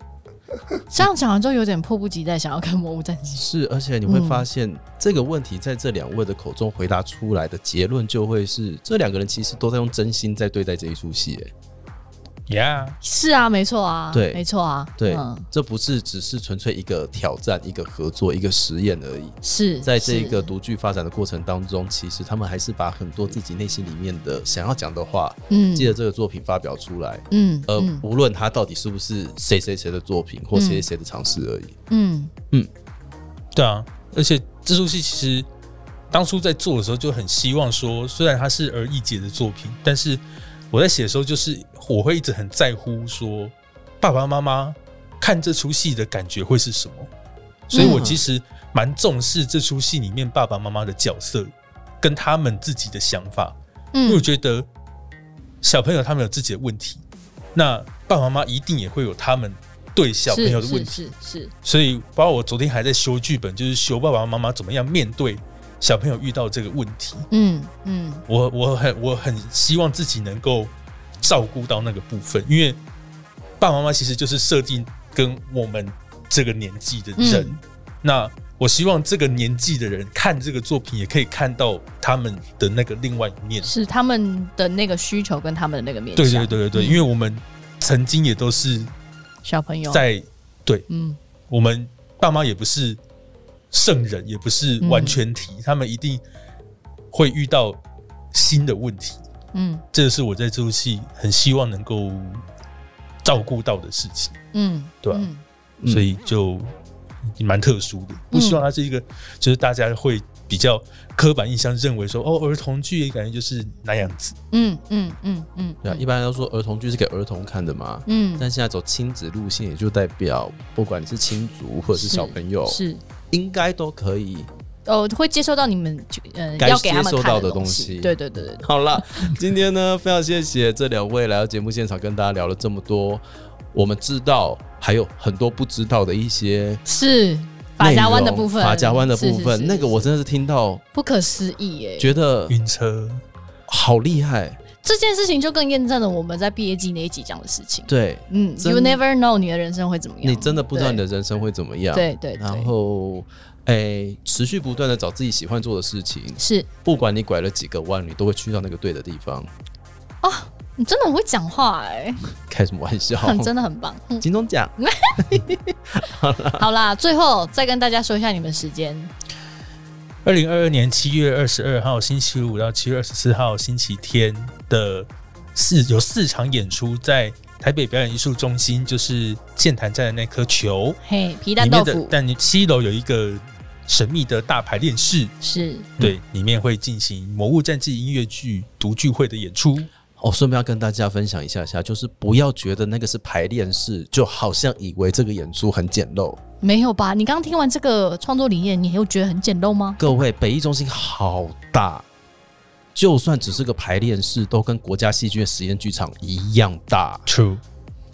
Speaker 2: 这样讲完之后有点迫不及待想要看《魔物战士》。
Speaker 1: 是，而且你会
Speaker 2: 嗯
Speaker 1: 发现、这个问题在这两位的口中回答出来的结论，就会是这两个人其实都在用真心在对待这一出戏。哎
Speaker 3: Yeah，
Speaker 2: 是啊，没错啊，
Speaker 1: 对
Speaker 2: 没错啊，
Speaker 1: 对，
Speaker 2: 嗯，
Speaker 1: 这不是只是纯粹一个挑战、一个合作、一个实验而已。
Speaker 2: 是
Speaker 1: 在这一
Speaker 2: 是
Speaker 1: 个独剧发展的过程当中，其实他们还是把很多自己内心里面的想要讲的话，
Speaker 2: 嗯
Speaker 1: 借着这个作品发表出来。
Speaker 2: 嗯
Speaker 1: 呃，
Speaker 2: 嗯
Speaker 1: 无论它到底是不是谁谁谁的作品或谁谁谁的尝试而已。
Speaker 2: 嗯
Speaker 3: 对啊，而且这出戏其实当初在做的时候就很希望说，虽然它是儿一姐的作品，但是我在写的时候，就是我会一直很在乎说爸爸妈妈看这出戏的感觉会是什么，所以我其实蛮重视这出戏里面爸爸妈妈的角色跟他们自己的想法，因为我
Speaker 2: 嗯，
Speaker 3: 觉得小朋友他们有自己的问题，那爸爸妈妈一定也会有他们对小朋友的问题。
Speaker 2: 是是是
Speaker 3: 所以，包括我昨天还在修剧本，就是修爸爸妈妈怎么样面对小朋友遇到这个问题。
Speaker 2: 嗯嗯
Speaker 3: 我我很我很希望自己能够照顾到那个部分，因为爸爸妈妈其实就是设定跟我们这个年纪的人。
Speaker 2: 嗯
Speaker 3: 那我希望这个年纪的人看这个作品，也可以看到他们的那个另外一面。
Speaker 2: 是啊他们的那个需求跟他们的那个面
Speaker 3: 对
Speaker 2: 向
Speaker 3: 对对对对，
Speaker 2: 嗯
Speaker 3: 因为我们曾经也都是
Speaker 2: 小朋友
Speaker 3: 在
Speaker 2: 嗯
Speaker 3: 我们爸妈也不是圣人，也不是完全体，他们一定会遇到新的问题。
Speaker 2: 嗯
Speaker 3: 这是我在这部戏很希望能够照顾到的事情，
Speaker 2: 嗯
Speaker 3: 对吧、
Speaker 2: 嗯
Speaker 1: 嗯
Speaker 3: 所以就蛮特殊的，不希望它是一个就是大家会比较刻板印象认为说哦，儿童剧感觉就是那样子。
Speaker 2: 嗯嗯嗯嗯，
Speaker 1: 对啊，一般来说儿童剧是给儿童看的嘛。
Speaker 2: 嗯
Speaker 1: 但现在走亲子路线，也就代表不管你是亲族或者是小朋友，
Speaker 2: 是
Speaker 1: 应该都可以
Speaker 2: 哦，会接受到你们呃
Speaker 1: 该
Speaker 2: 要给他们
Speaker 1: 接受
Speaker 2: 看
Speaker 1: 到的
Speaker 2: 东
Speaker 1: 东西
Speaker 2: 对对对对，对
Speaker 1: 好了， 今天呢，非常谢谢这两位来到节目现场，跟大家聊了这么多，我们知道还有很多不知道的一些
Speaker 2: 是法
Speaker 1: 内
Speaker 2: 家
Speaker 1: 容
Speaker 2: 湾的部分，
Speaker 1: 法家湾的
Speaker 2: 是
Speaker 1: 部
Speaker 2: 是
Speaker 1: 分，
Speaker 2: 是
Speaker 1: 那个我
Speaker 2: 是
Speaker 1: 真的是听到
Speaker 2: 不可思议耶，
Speaker 1: 觉得
Speaker 3: 晕车，
Speaker 1: 好厉害，
Speaker 2: 这件事情就更验证了我们在毕业季那一集讲的事情。
Speaker 1: 对
Speaker 2: 嗯
Speaker 1: 真
Speaker 2: ，You never know 你的人生会怎么样，
Speaker 1: 你真的不知道你
Speaker 2: 的
Speaker 1: 的人生会怎么样，，
Speaker 2: 嗯对对，对
Speaker 1: 然后。哎、持续不断的找自己喜欢做的事情，
Speaker 2: 是
Speaker 1: 不管你拐了几个弯，你都会去到那个对的地方。
Speaker 2: 你真的很会讲话哎，
Speaker 1: 开什么玩笑？
Speaker 2: 真 的很棒。嗯
Speaker 1: 金钟奖
Speaker 2: 好啦，最后再跟大家说一下你们时间，
Speaker 3: 二零二二年七月二十二号星期五到七月二十四号星期天的四有四场演出，在台北表演艺术中心，就是健谈站的那颗球
Speaker 2: 嘿，皮蛋
Speaker 3: 里
Speaker 2: 豆
Speaker 3: 面的
Speaker 2: 腐，
Speaker 3: 但七楼有一个神秘的大排练室，
Speaker 2: 是
Speaker 3: 对，里面会进行《魔物战记》音乐剧独剧会的演出。
Speaker 1: 哦，顺便要跟大家分享一下下，就是不要觉得那个是排练室，就好像以为这个演出很简陋。
Speaker 2: 没有吧？你刚刚听完这个创作理念，你又觉得很简陋吗？
Speaker 1: 各位，北艺中心好大，就算只是个排练室，都跟国家戏剧院实验剧场一样 大，
Speaker 3: True，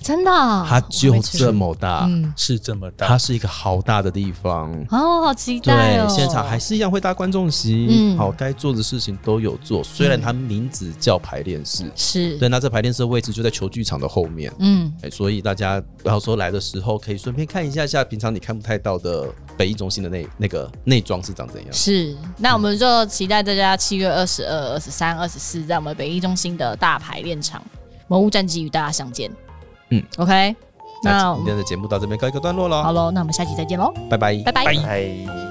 Speaker 2: 真的啊，
Speaker 1: 它
Speaker 2: 我
Speaker 1: 就
Speaker 2: 没吃
Speaker 1: 这么大，
Speaker 2: 嗯，
Speaker 3: 是这么大
Speaker 1: 它。是一个好大的地方。
Speaker 2: 哦，好期待
Speaker 1: 对
Speaker 2: 哦，，
Speaker 1: 现场还是一样会搭观众席，
Speaker 2: 嗯
Speaker 1: 好，该做的事情都有做。虽然
Speaker 2: 嗯
Speaker 1: 它名字叫排练室，
Speaker 2: 是
Speaker 1: 对，那这排练室的位置就在球剧场的后面。
Speaker 2: 嗯，
Speaker 1: 哎，所以大家然后说来的时候，可以顺便看一下下平常你看不太到的北艺中心的那那个内装是长怎样。
Speaker 2: 是，那我们就期待大家七月二十二、二十三、二十四，在我们北艺中心的大排练场《魔物战机》与大家相见。
Speaker 1: 嗯
Speaker 2: ，OK，那
Speaker 1: 今天的节目到这边告一个段落
Speaker 2: 好
Speaker 1: 了，
Speaker 2: 喽，那我们下期再见喽，
Speaker 1: 拜拜。
Speaker 2: 拜拜。
Speaker 4: 哎。